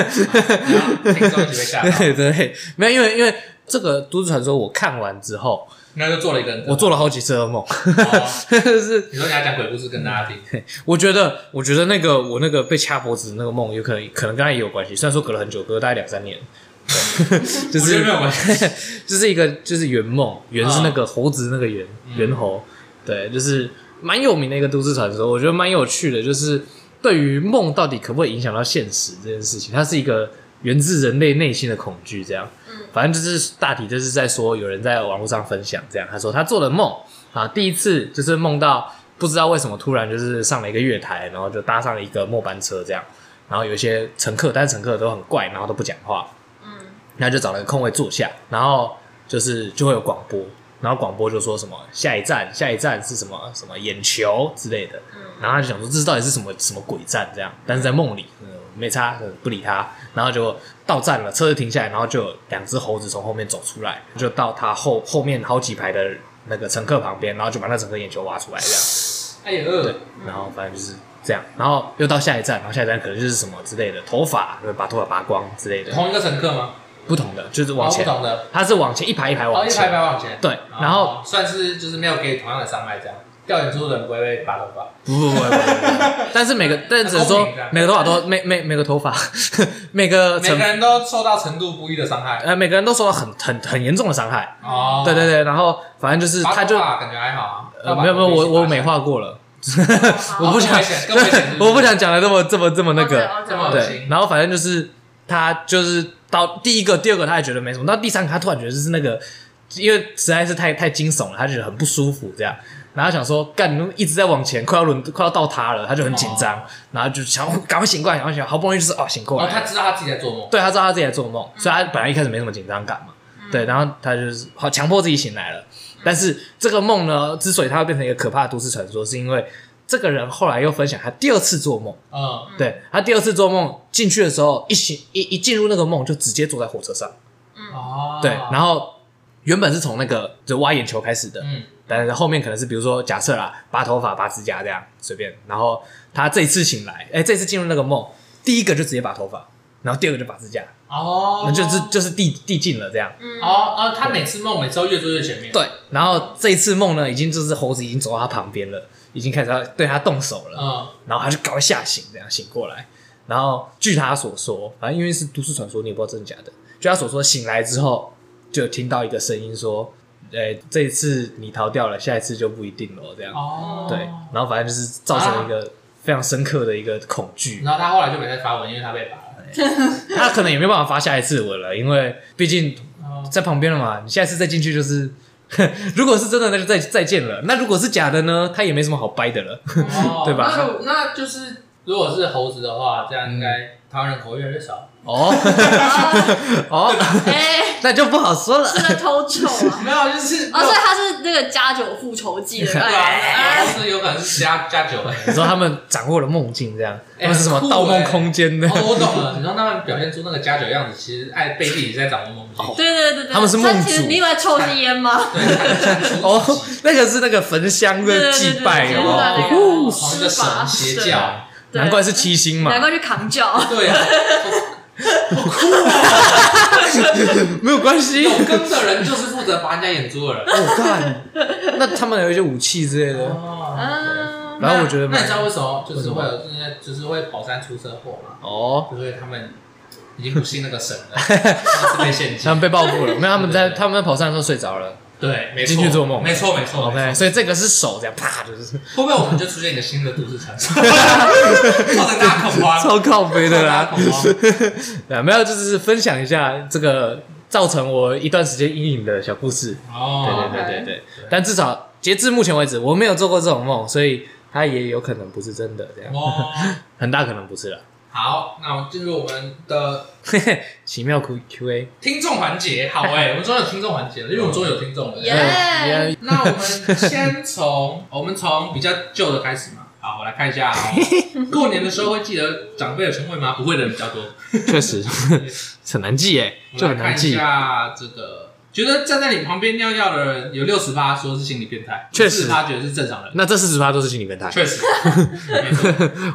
Speaker 1: 后听众一起被吓到，
Speaker 2: 对对，没有，因为因为这个都市传说，我看完之后，
Speaker 1: 那就做了一个人，
Speaker 2: 我做了好几次噩 梦，
Speaker 1: 哦，
Speaker 2: 就是
Speaker 1: 你说你要讲鬼故事跟大家听，
Speaker 2: 我觉得，我觉得那个我那个被掐脖子的那个梦，有可能可能跟他也有关系，虽然说隔了很久，隔了大概两三年， 对 就
Speaker 1: 我觉得没
Speaker 2: 是
Speaker 1: 有关系，
Speaker 2: 就是一个就是圆梦，圆是那个猴子那个圆
Speaker 1: 嗯
Speaker 2: 猿猴，对，就是蛮有名的一个都市传说，我觉得蛮有趣的，就是对于梦到底可不可以影响到现实这件事情，它是一个源自人类内心的恐惧，这样，
Speaker 3: 嗯
Speaker 2: 反正就是大体就是在说有人在网络上分享这样，他说他做了梦啊，第一次就是梦到不知道为什么突然就是上了一个月台，然后就搭上了一个末班车这样，然后有一些乘客，但是乘客都很怪，然后都不讲话，
Speaker 3: 嗯
Speaker 2: 那就找了个空位坐下，然后就是就会有广播，然后广播就说什么下一站下一站是什么什么眼球之类的，
Speaker 3: 嗯，
Speaker 2: 然后他就想说这到底是什么什么鬼站这样，但是在梦里，嗯，没差，嗯不理他，然后就到站了，车子停下来，然后就有两只猴子从后面走出来，就到他后后面好几排的那个乘客旁边，然后就把那乘客眼球挖出来这样，
Speaker 1: 哎呦，
Speaker 2: 然后反正就是这样，然后又到下一站，然后下一站可能就是什么之类的，头发就把头发拔光之类的，
Speaker 1: 同一个乘客吗？
Speaker 2: 不同的就是往前
Speaker 1: 哦不，同的，
Speaker 2: 他是往前一排一排
Speaker 1: 哦，
Speaker 2: 往
Speaker 1: 一排一
Speaker 2: 前，
Speaker 1: 排往前，
Speaker 2: 对，然后
Speaker 1: 哦算是就是没有给同样的伤害，这样掉眼珠的人不会被拔头发，
Speaker 2: 不不不不不，不但是 每个但只是说每个头发都每每每个头发 每个
Speaker 1: 每个
Speaker 2: 层
Speaker 1: 人都受到程度不一的伤害。
Speaker 2: 呃每个人都受到很很很严重的伤害。
Speaker 1: 哦，
Speaker 2: 对对对，然后反正就是
Speaker 1: 拔头发
Speaker 2: 他就
Speaker 1: 感觉还好啊，
Speaker 2: 呃没有没有我我美
Speaker 1: 没
Speaker 2: 化过了，
Speaker 3: 好
Speaker 2: 我不想
Speaker 1: 哦更危险更危险是不是
Speaker 2: 我不想讲的这么这么这么那个。
Speaker 3: OK，OK，
Speaker 1: 这么恶
Speaker 2: 对
Speaker 1: 心，
Speaker 2: 然后反正就是他就是到第一个、第二个他还觉得没什么，到第三个他突然觉得就是那个，因为实在是太太惊悚了，他就觉得很不舒服这样。然后想说，干，你一直在往前，快要轮，快要到他了，他就很紧张，然后就想哦赶快醒过来，赶快醒过来，好不容易就是哦醒过
Speaker 1: 然
Speaker 2: 来
Speaker 1: 后
Speaker 2: 了，
Speaker 1: 他嗯知道他自己在做梦，
Speaker 2: 对他知道他自己在做梦，所以他本来一开始没什么紧张感嘛，
Speaker 1: 嗯
Speaker 2: 对，然后他就是好强迫自己醒来了。但是这个梦呢，之所以它会变成一个可怕的都市传说，是因为这个人后来又分享他第二次做梦，
Speaker 1: 嗯，
Speaker 2: 对他第二次做梦进去的时候，一醒一一进入那个梦就直接坐在火车上，
Speaker 3: 嗯
Speaker 1: 哦，
Speaker 2: 对，然后原本是从那个就挖眼球开始的，
Speaker 1: 嗯，
Speaker 2: 但是后面可能是比如说假设啦，拔头发、拔指甲这样随便，然后他这一次醒来，哎，这次进入那个梦，第一个就直接拔头发，然后第二个就拔指甲，
Speaker 1: 哦，
Speaker 2: 那就是就是递递进了这样。
Speaker 1: 哦哦，他每次梦每次都越做越前面，，
Speaker 2: 对，然后这一次梦呢，已经就是猴子已经走到他旁边了，已经开始要对他动手了，
Speaker 1: 嗯，
Speaker 2: 然后他就赶快吓醒，这样醒过来。然后据他所说，反正因为是都市传说，你也不知道真的假的。据他所说，醒来之后就听到一个声音说：“哎，这一次你逃掉了，下一次就不一定了。”这样、
Speaker 1: 哦，
Speaker 2: 对，然后反正就是造成一个非常深刻的一个恐惧。
Speaker 1: 然后他后来就没再发文，因为他被拔了，
Speaker 2: 他可能也没办法发下一次文了，因为毕竟
Speaker 1: 哦
Speaker 2: 在旁边了嘛，你下次再进去就是， 如果是真的那就再再见了，那如果是假的呢，他也没什么好掰的了。
Speaker 1: 哦
Speaker 2: 对吧
Speaker 1: 那就那就是如果是猴子的话，这样应
Speaker 2: 嗯
Speaker 1: 该台湾人口越来越少。
Speaker 2: 哦 哦，
Speaker 3: 哎，
Speaker 2: 那就不好说了。
Speaker 3: 是在偷 臭啊！
Speaker 1: 没有，就是
Speaker 3: 哦，所以他是那个加九复仇记的，
Speaker 1: 对啊，
Speaker 3: 哎，
Speaker 1: 然后是有可能是加加酒的。
Speaker 2: 你说他们掌握了梦境，这样
Speaker 1: 哎
Speaker 2: 他们是什么
Speaker 1: 很酷
Speaker 2: 盗梦
Speaker 1: 哎
Speaker 2: 空间的？
Speaker 1: 哦，我懂了。你说他们表现出那个加酒的样子，其实爱背地里在掌握梦境。
Speaker 3: 对对对对，
Speaker 2: 他们是梦主
Speaker 3: 但其实你以为抽是烟吗？
Speaker 1: 对，看出
Speaker 2: 哦，那个是那个焚香
Speaker 3: 对对
Speaker 2: 的
Speaker 3: 对
Speaker 2: 祭
Speaker 3: 对
Speaker 2: 拜
Speaker 3: 对
Speaker 1: 对对
Speaker 2: 哦
Speaker 1: 对，
Speaker 2: 哦
Speaker 3: 对
Speaker 1: 同一个神邪
Speaker 3: 对
Speaker 1: 教。
Speaker 3: 对
Speaker 2: 难怪是七星嘛
Speaker 3: 难，怪去扛教。
Speaker 1: 对啊，
Speaker 2: 没有关系。
Speaker 1: 有根的人就是负责拔人家眼珠的人。
Speaker 2: 我看，那他们有一些武器之类的，
Speaker 1: 哦，
Speaker 3: 啊，
Speaker 2: 然后我觉得
Speaker 1: 那你
Speaker 2: 蛮
Speaker 1: 知道为什么就是会有那些就是会跑山出车祸吗？
Speaker 2: 哦，
Speaker 1: 就是因为他们已经不信那个神了，他们是被陷
Speaker 2: 他
Speaker 1: 阱。
Speaker 2: 们被报复了，没有他们
Speaker 1: 对
Speaker 2: 在
Speaker 1: 对对
Speaker 2: 他们在跑山的时候睡着了，
Speaker 1: 对，没错，
Speaker 2: 进去做梦
Speaker 1: 没错没错没
Speaker 2: ，OK，
Speaker 1: 错
Speaker 2: 所以这个是手这样啪，就是
Speaker 1: 会不会我们就出现一个新的都市传 说，造成大恐 慌？
Speaker 2: 超靠背的啦
Speaker 1: 造。啊成大恐慌
Speaker 2: 对啊，没有，就是分享一下这个造成我一段时间阴影的小故事。
Speaker 1: 哦，
Speaker 2: 对对对对对，但至少截至目前为止，我没有做过这种梦，所以它也有可能不是真的，这样
Speaker 1: 哦，
Speaker 2: 很大可能不是了。
Speaker 1: 好，那我们进入我们的
Speaker 2: 奇妙 Q Q A，
Speaker 1: 听众环节。好哎、 我们终于有听众环节了，因为我
Speaker 2: 哦
Speaker 1: 们终于有听众了。
Speaker 3: 耶
Speaker 2: 嗯
Speaker 1: 那我们先从我们从比较旧的开始嘛。好，我来看一 下哦。过年的时候会记得长辈的称谓吗？不会的人比较多。
Speaker 2: 确实很难记哎，
Speaker 1: 我
Speaker 2: 就
Speaker 1: 们
Speaker 2: 很
Speaker 1: 来看
Speaker 2: 难
Speaker 1: 一
Speaker 2: 记。
Speaker 1: 下这个，觉得站在你旁边尿尿的人有六十八说是心理变态，
Speaker 2: 确实
Speaker 1: 他觉得是正常人。
Speaker 2: 那这四十趴都是心理变态，
Speaker 1: 啊确实，没错。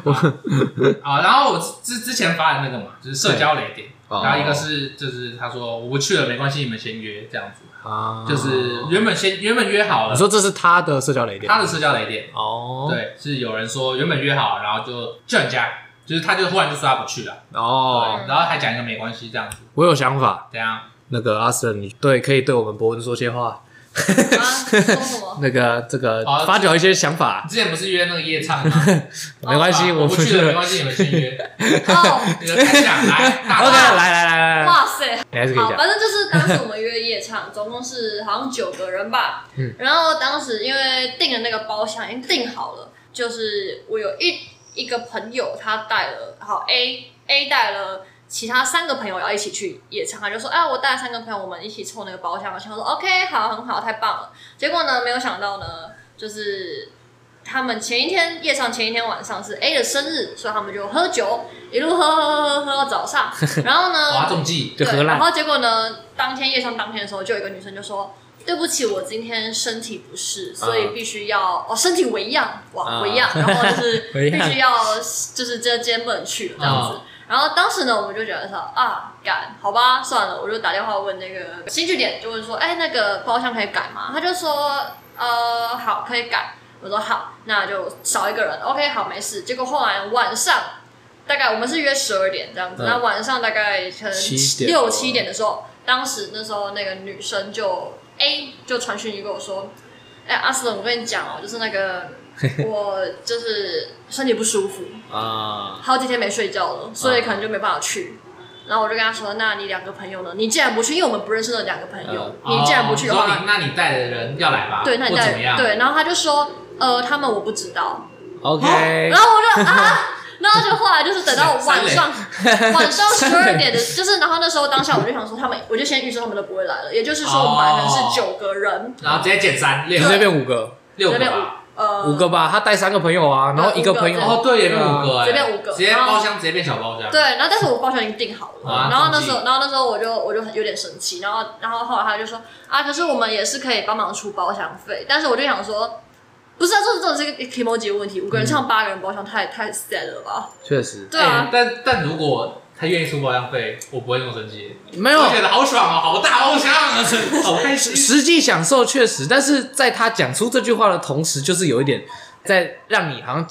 Speaker 1: 啊，然后我之之前发的那个嘛，就是社交雷点，
Speaker 2: 哦
Speaker 1: 然后一个是就是他说我不去了没关系，你们先约这样子，
Speaker 2: 啊
Speaker 1: 就是原本先原本约好
Speaker 2: 你
Speaker 1: 了，
Speaker 2: 说这是他的社交雷点
Speaker 1: 他的社交雷点，
Speaker 2: 哦，
Speaker 1: 对，是有人说原本约好，然后就叫人家，就是他就忽然就说他不去了，
Speaker 2: 哦，
Speaker 1: 对，然后还讲一个没关系这样子，
Speaker 2: 我有想法，
Speaker 1: 怎样？
Speaker 2: 那个阿 Sir，你对可以对我们博文说些话，
Speaker 3: 啊，说什么？
Speaker 2: 那个这个
Speaker 1: 好
Speaker 2: 发表一些想法，
Speaker 1: 之前不是约那个夜唱吗？
Speaker 2: 没关系，
Speaker 1: 啊我
Speaker 2: 们
Speaker 1: 不去了，没
Speaker 2: 了。
Speaker 1: 关系，你们先约。
Speaker 3: 哦，
Speaker 1: 你的感想 来大
Speaker 2: ，OK，
Speaker 1: 大
Speaker 2: 来来来来来，
Speaker 3: 哇塞！
Speaker 2: 你还是可以
Speaker 3: 好，
Speaker 2: 讲。
Speaker 3: 反正就是当时我们约夜唱，总共是好像九个人吧。
Speaker 2: 嗯
Speaker 3: 然后当时因为订的那个包厢已经订好了，就是我有一一个朋友他带了，好 A A 带了。其他三个朋友要一起去夜唱，他就说：“哎、我带了三个朋友，我们一起凑那个包厢。”我想说：“OK，好，很好，太棒了。”结果呢，没有想到呢，就是他们前一天夜唱前一天晚上是 A 的生日，所以他们就喝酒，一路喝喝喝喝喝到 早上。然后呢，
Speaker 1: 划重计，
Speaker 2: 就
Speaker 3: 对，
Speaker 2: 荷兰
Speaker 3: 然后结果呢，当天夜唱当天的时候，就有一个女生就说：“对不起，我今天身体不适，所以必须要、哦，身体为恙，哇，
Speaker 2: 啊
Speaker 3: 为恙，然后就是
Speaker 2: 为恙
Speaker 3: 必须要就是这今天不能去了这样
Speaker 2: 啊
Speaker 3: 子。”然后当时呢，我们就觉得说啊，改好吧，算了，我就打电话问那个新据点，就问说，哎，那个包厢可以改吗？他就说，呃，好，可以改。我说好，那就少一个人，OK，好，没事。结果后来晚上，大概我们是约十二点这样
Speaker 2: 嗯
Speaker 3: 子，那晚上大概可能
Speaker 2: 7点
Speaker 3: 六七点的时候，当时那时候那个女生就 A 就传讯息跟我说，哎、阿斯冷，我跟你讲哦，就是那 个我就是身体不舒服，
Speaker 2: 啊，
Speaker 3: 好几天没睡觉了，所以可能就没办法去。然后我就跟他说：“那你两个朋友呢？你既然不去，因为我们不认识那两个朋友，你既然不去的
Speaker 1: 哦
Speaker 3: 话，
Speaker 1: 你说你那你带的人要来吧？
Speaker 3: 对，那
Speaker 1: 或
Speaker 3: 你
Speaker 1: 怎
Speaker 3: 再
Speaker 1: 么样？
Speaker 3: 对。”然后他就说：“呃，他们我不知道。”
Speaker 2: OK，
Speaker 3: 然后我就啊，然后就后来就是等到晚上晚上十二点的，就是然后那时候当下我就想说他们，我就先预设他们都不会来了，也就是说我们本来可能是九个人，
Speaker 1: 然后直接减三
Speaker 2: 你
Speaker 1: 六
Speaker 2: 这哎边五个，
Speaker 1: 六个
Speaker 3: 这边五
Speaker 1: 吧，
Speaker 3: 呃
Speaker 2: 五个吧，他带三个朋友啊，然后一个朋
Speaker 3: 五个
Speaker 2: 友
Speaker 1: 哦对，也变五个哎，
Speaker 3: 这边五个
Speaker 1: 直接包厢直接变小包厢，
Speaker 3: 对，然后但是我包厢已经订好了，
Speaker 1: 啊
Speaker 3: 然后那
Speaker 1: 忘记
Speaker 3: 时候，然后那时候我就我就很有点生气，然后然后后来他就说啊，可是我们也是可以帮忙出包厢费，但是我就想说，不是啊，这这种是一个 emoji 的问题，五个人唱八个人包厢太太 sad 了吧？
Speaker 2: 确实
Speaker 3: 对啊
Speaker 1: 哎，但但如果他愿意出包厢费，我不会那么生气，
Speaker 2: 没
Speaker 1: 我
Speaker 3: 啊
Speaker 2: 有
Speaker 1: 会觉得好爽哦，好大包厢啊， 好开心。
Speaker 2: 实际享受确实，但是在他讲出这句话的同时，就是有一点在让你好像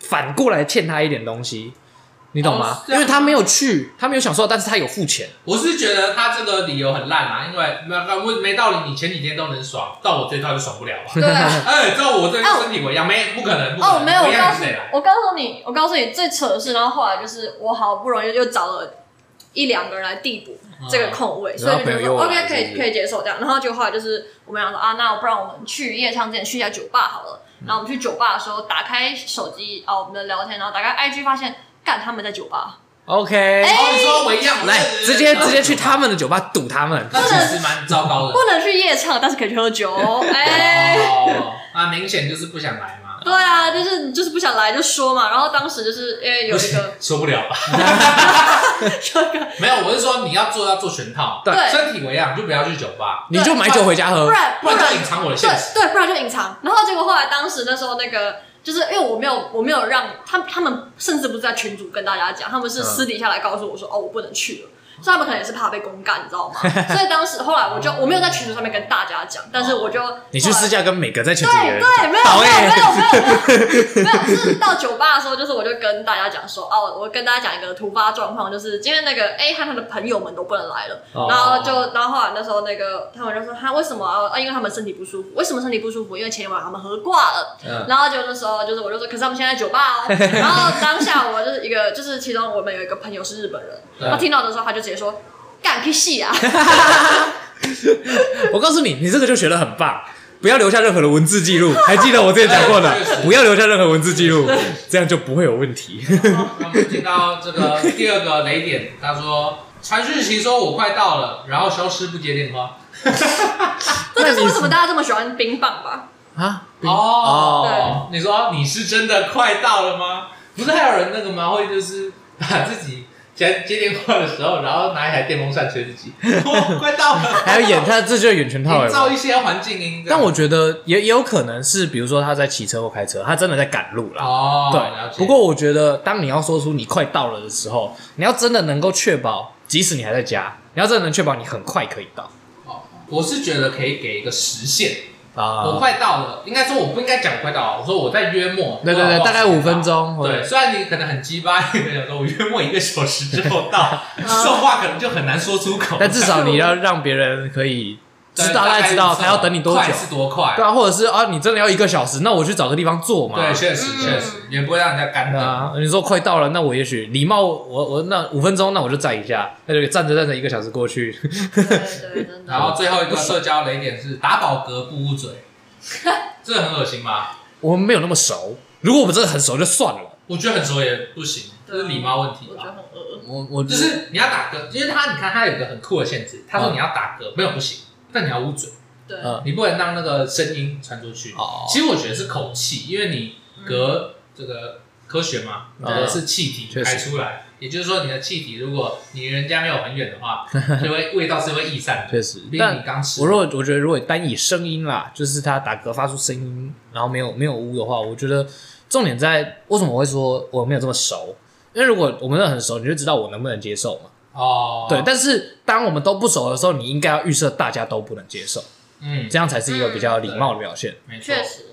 Speaker 2: 反过来欠他一点东西，你懂吗
Speaker 1: 哦？是啊
Speaker 2: 因为他没有去，他没有享受，但是他有付钱。
Speaker 1: 我是觉得他这个理由很烂啊，因为没没没道理，你前几天都能爽，到我这一套就爽不 了吧？
Speaker 3: 对啊。
Speaker 1: 哎，知道我这个身体为恙没？不可能，不可
Speaker 3: 哦，
Speaker 1: 能，
Speaker 3: 没有，
Speaker 1: 我
Speaker 3: 我告
Speaker 1: 恙
Speaker 3: 诉
Speaker 1: 是谁来？
Speaker 3: 我告诉你，我告诉你最扯的是，然后后来就是我好不容易又找了一两个人来递补这个空位，所以就觉得
Speaker 2: 啊然后朋友又
Speaker 3: 说
Speaker 2: 来
Speaker 3: OK 可
Speaker 2: 是
Speaker 3: 以
Speaker 2: 不是
Speaker 3: 可以接受这样。然后就后来就是我们俩说啊，那不然我们去夜唱之前去一下酒吧好了。然后我们去酒吧的时候，打开手机哦，我们的聊天，然后打开 IG 发现，干他们在酒 吧，
Speaker 2: OK，
Speaker 3: 哎
Speaker 1: 哦，你说为恙
Speaker 2: 来直接直接去他们的酒吧堵他们。
Speaker 1: 那其实蛮糟糕的
Speaker 3: 不。能去夜唱，但是可以去喝酒。 哎，
Speaker 1: 哦，那明显就是不想来嘛。
Speaker 3: 对啊，就是你就是不想来就说嘛。然后当时就是因为有 一个
Speaker 1: 受不 了吧？
Speaker 3: 有一个，
Speaker 1: 没有，我是说你要做要做全套，
Speaker 2: 对
Speaker 3: 对
Speaker 1: 身体为恙就不要去酒吧，
Speaker 2: 你就买酒回家喝
Speaker 3: 不，然
Speaker 1: 不然就隐藏我的现实。
Speaker 3: 对对，不然就隐藏。然后结果后来当时那时候那个，就是因为我没有我没
Speaker 1: 嗯
Speaker 3: 有让他他们甚至不是在群主跟大家讲，他们是私底下来告诉我说、哦我不能去了。所以他们可能也是怕被公干，你 知道吗？所以当时后来我就我没有在群组上面跟大家讲，但是我就
Speaker 2: 你去
Speaker 3: 后来
Speaker 2: 私下跟每个在群
Speaker 3: 对
Speaker 2: 组哎的人
Speaker 3: 对，
Speaker 2: 讲
Speaker 3: 没有
Speaker 2: 讨
Speaker 3: 没有
Speaker 2: 厌
Speaker 3: 没有没有没有，没有是到酒吧的时候，就是我就跟大家讲说，哦，我跟大家讲一个突发状况，就是今天那个 A 和他的朋友们都不能来了，
Speaker 2: 哦
Speaker 3: 然后就然后后来那时候那个他们就说他为什么啊？啊因为他们身体不舒服，为什么身体不舒服？因为前一晚他们喝挂了，
Speaker 1: 嗯
Speaker 3: 然后就那时候就是我就说，可是他们现在在酒吧哦， 然后当下我就是一个就是其中我们有一个朋友是日本人，
Speaker 1: 嗯
Speaker 3: 他听到的时候他就直接说。干屁戏 啊！
Speaker 2: 我告诉你，你这个就学的很棒，不要留下任何的文 字记录。还记得我之前讲过的
Speaker 1: 哎确实，
Speaker 2: 不要留下任何文字记录，这样就不会有 问题。
Speaker 1: 那我们进到这个第二个雷点，他说传讯息说我快到了，然后消失不接电话。
Speaker 3: 这就是
Speaker 2: 那你
Speaker 3: 为什么大家这么喜欢冰棒 吧？
Speaker 2: 啊，
Speaker 1: 嗯哦，你说你是真的快到了吗？ 不是还有人那个吗？会就是把自己接接电话的时候，然后拿一台电风扇吹自 己，哦快到了，
Speaker 2: 还有演他这就是演全套
Speaker 1: 营
Speaker 2: 了
Speaker 1: 造
Speaker 2: 吧。
Speaker 1: 一些环境音。
Speaker 2: 但我觉得也也有可能是，比如说他在骑车或开车，他真的在赶路啦。
Speaker 1: 哦，了
Speaker 2: 对，
Speaker 1: 解
Speaker 2: 不过我觉得当你要说出你快到了的时候，你要真的能够确保，即使你还在家，你要真的能确保你很快可以到
Speaker 1: 哦我是觉得可以给一个时限，我
Speaker 2: 啊。
Speaker 1: 快到了，应该说我不应该讲快到，我说我在约莫，
Speaker 2: 对对
Speaker 1: 多少
Speaker 2: 对，
Speaker 1: 多
Speaker 2: 大
Speaker 1: 少
Speaker 2: 概
Speaker 1: 时间
Speaker 2: 五分
Speaker 1: 到。
Speaker 2: 钟或
Speaker 1: 对，
Speaker 2: 者。
Speaker 1: 虽然你可能很鸡巴，你可能想说我约莫一个小时之后 到，这种话可能就很难说出口。
Speaker 2: 但至少你要让别人可以知道，大家知道他要等你多久
Speaker 1: 快，是多快
Speaker 2: 对。啊，或者是啊，你真的要一个小时，那我去找个地方坐嘛。
Speaker 1: 对，确实
Speaker 3: 嗯
Speaker 1: 确实，也不会让人家干
Speaker 2: 对
Speaker 1: 等。
Speaker 2: 啊，你说快到了，那我也许礼貌，我我那五分钟，那我就站一下，那就站着站着一个小时过去。
Speaker 3: 对对，真的。
Speaker 1: 然后最后一个社交雷点是打饱嗝不捂嘴，这很恶心吗？
Speaker 2: 我们没有那么熟，如果我们真的很熟就算了。
Speaker 1: 我觉得很熟也不行，这是礼貌问题
Speaker 3: 我觉得
Speaker 1: 吧。
Speaker 3: 很恶。
Speaker 2: 我我
Speaker 1: 就是你要打嗝，因为他你看他有一个很酷的限制，他说你要打嗝没有不行，但你要捂嘴，
Speaker 3: 对，
Speaker 2: 嗯
Speaker 1: 你不能让那个声音传出去。
Speaker 2: 哦
Speaker 1: 其实我觉得是口气，因为你隔这个科学嘛，
Speaker 2: 嗯
Speaker 1: 隔是气体
Speaker 2: 确实
Speaker 1: 排出来，也就是说你的气体如果你离人家没有很远的 话，就会味道是会溢散的。
Speaker 2: 确实，
Speaker 1: 毕竟你
Speaker 2: 但
Speaker 1: 刚吃，
Speaker 2: 我如果我觉得如果单以声音啦，就是他打嗝发出声音，然后没有没有污的话，我觉得重点在为什么我会说我没有这么熟，因为如果我们真的很熟，你就知道我能不能接受嘛。
Speaker 1: 哦，
Speaker 2: 对，但是当我们都不熟的时候，你应该要预设大家都不能接受，
Speaker 1: 嗯，
Speaker 2: 这样才是一个比较礼貌的表现。
Speaker 1: 没错
Speaker 3: 确。实，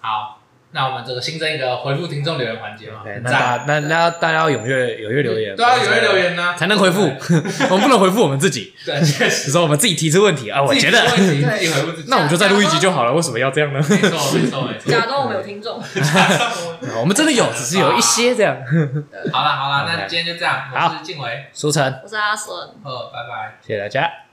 Speaker 1: 好，那我们这个新增一个回复听众留言环节嘛，
Speaker 2: 对，
Speaker 1: 很
Speaker 2: 那
Speaker 1: 赞。
Speaker 2: 大那那大家要踊跃踊跃留言，啊
Speaker 1: 对啊，有人留言呢，
Speaker 2: 才能回复，我们不能回复我们自己，
Speaker 1: 对，确实。
Speaker 2: 只是我们自己提出问题啊。我觉得，
Speaker 1: 自己自己回复自己，
Speaker 2: 那我们就再录一集就好了，为什么要这样呢？
Speaker 1: 没错没错没错。
Speaker 3: 假装我们有听众。
Speaker 2: 我们真的有，只是有一些这样。
Speaker 1: 好了好了，那今天就这样，我
Speaker 2: 好
Speaker 1: 是静伟，
Speaker 2: 舒晨，
Speaker 3: 我是阿森。
Speaker 1: 呃，拜拜。
Speaker 2: 谢谢大家。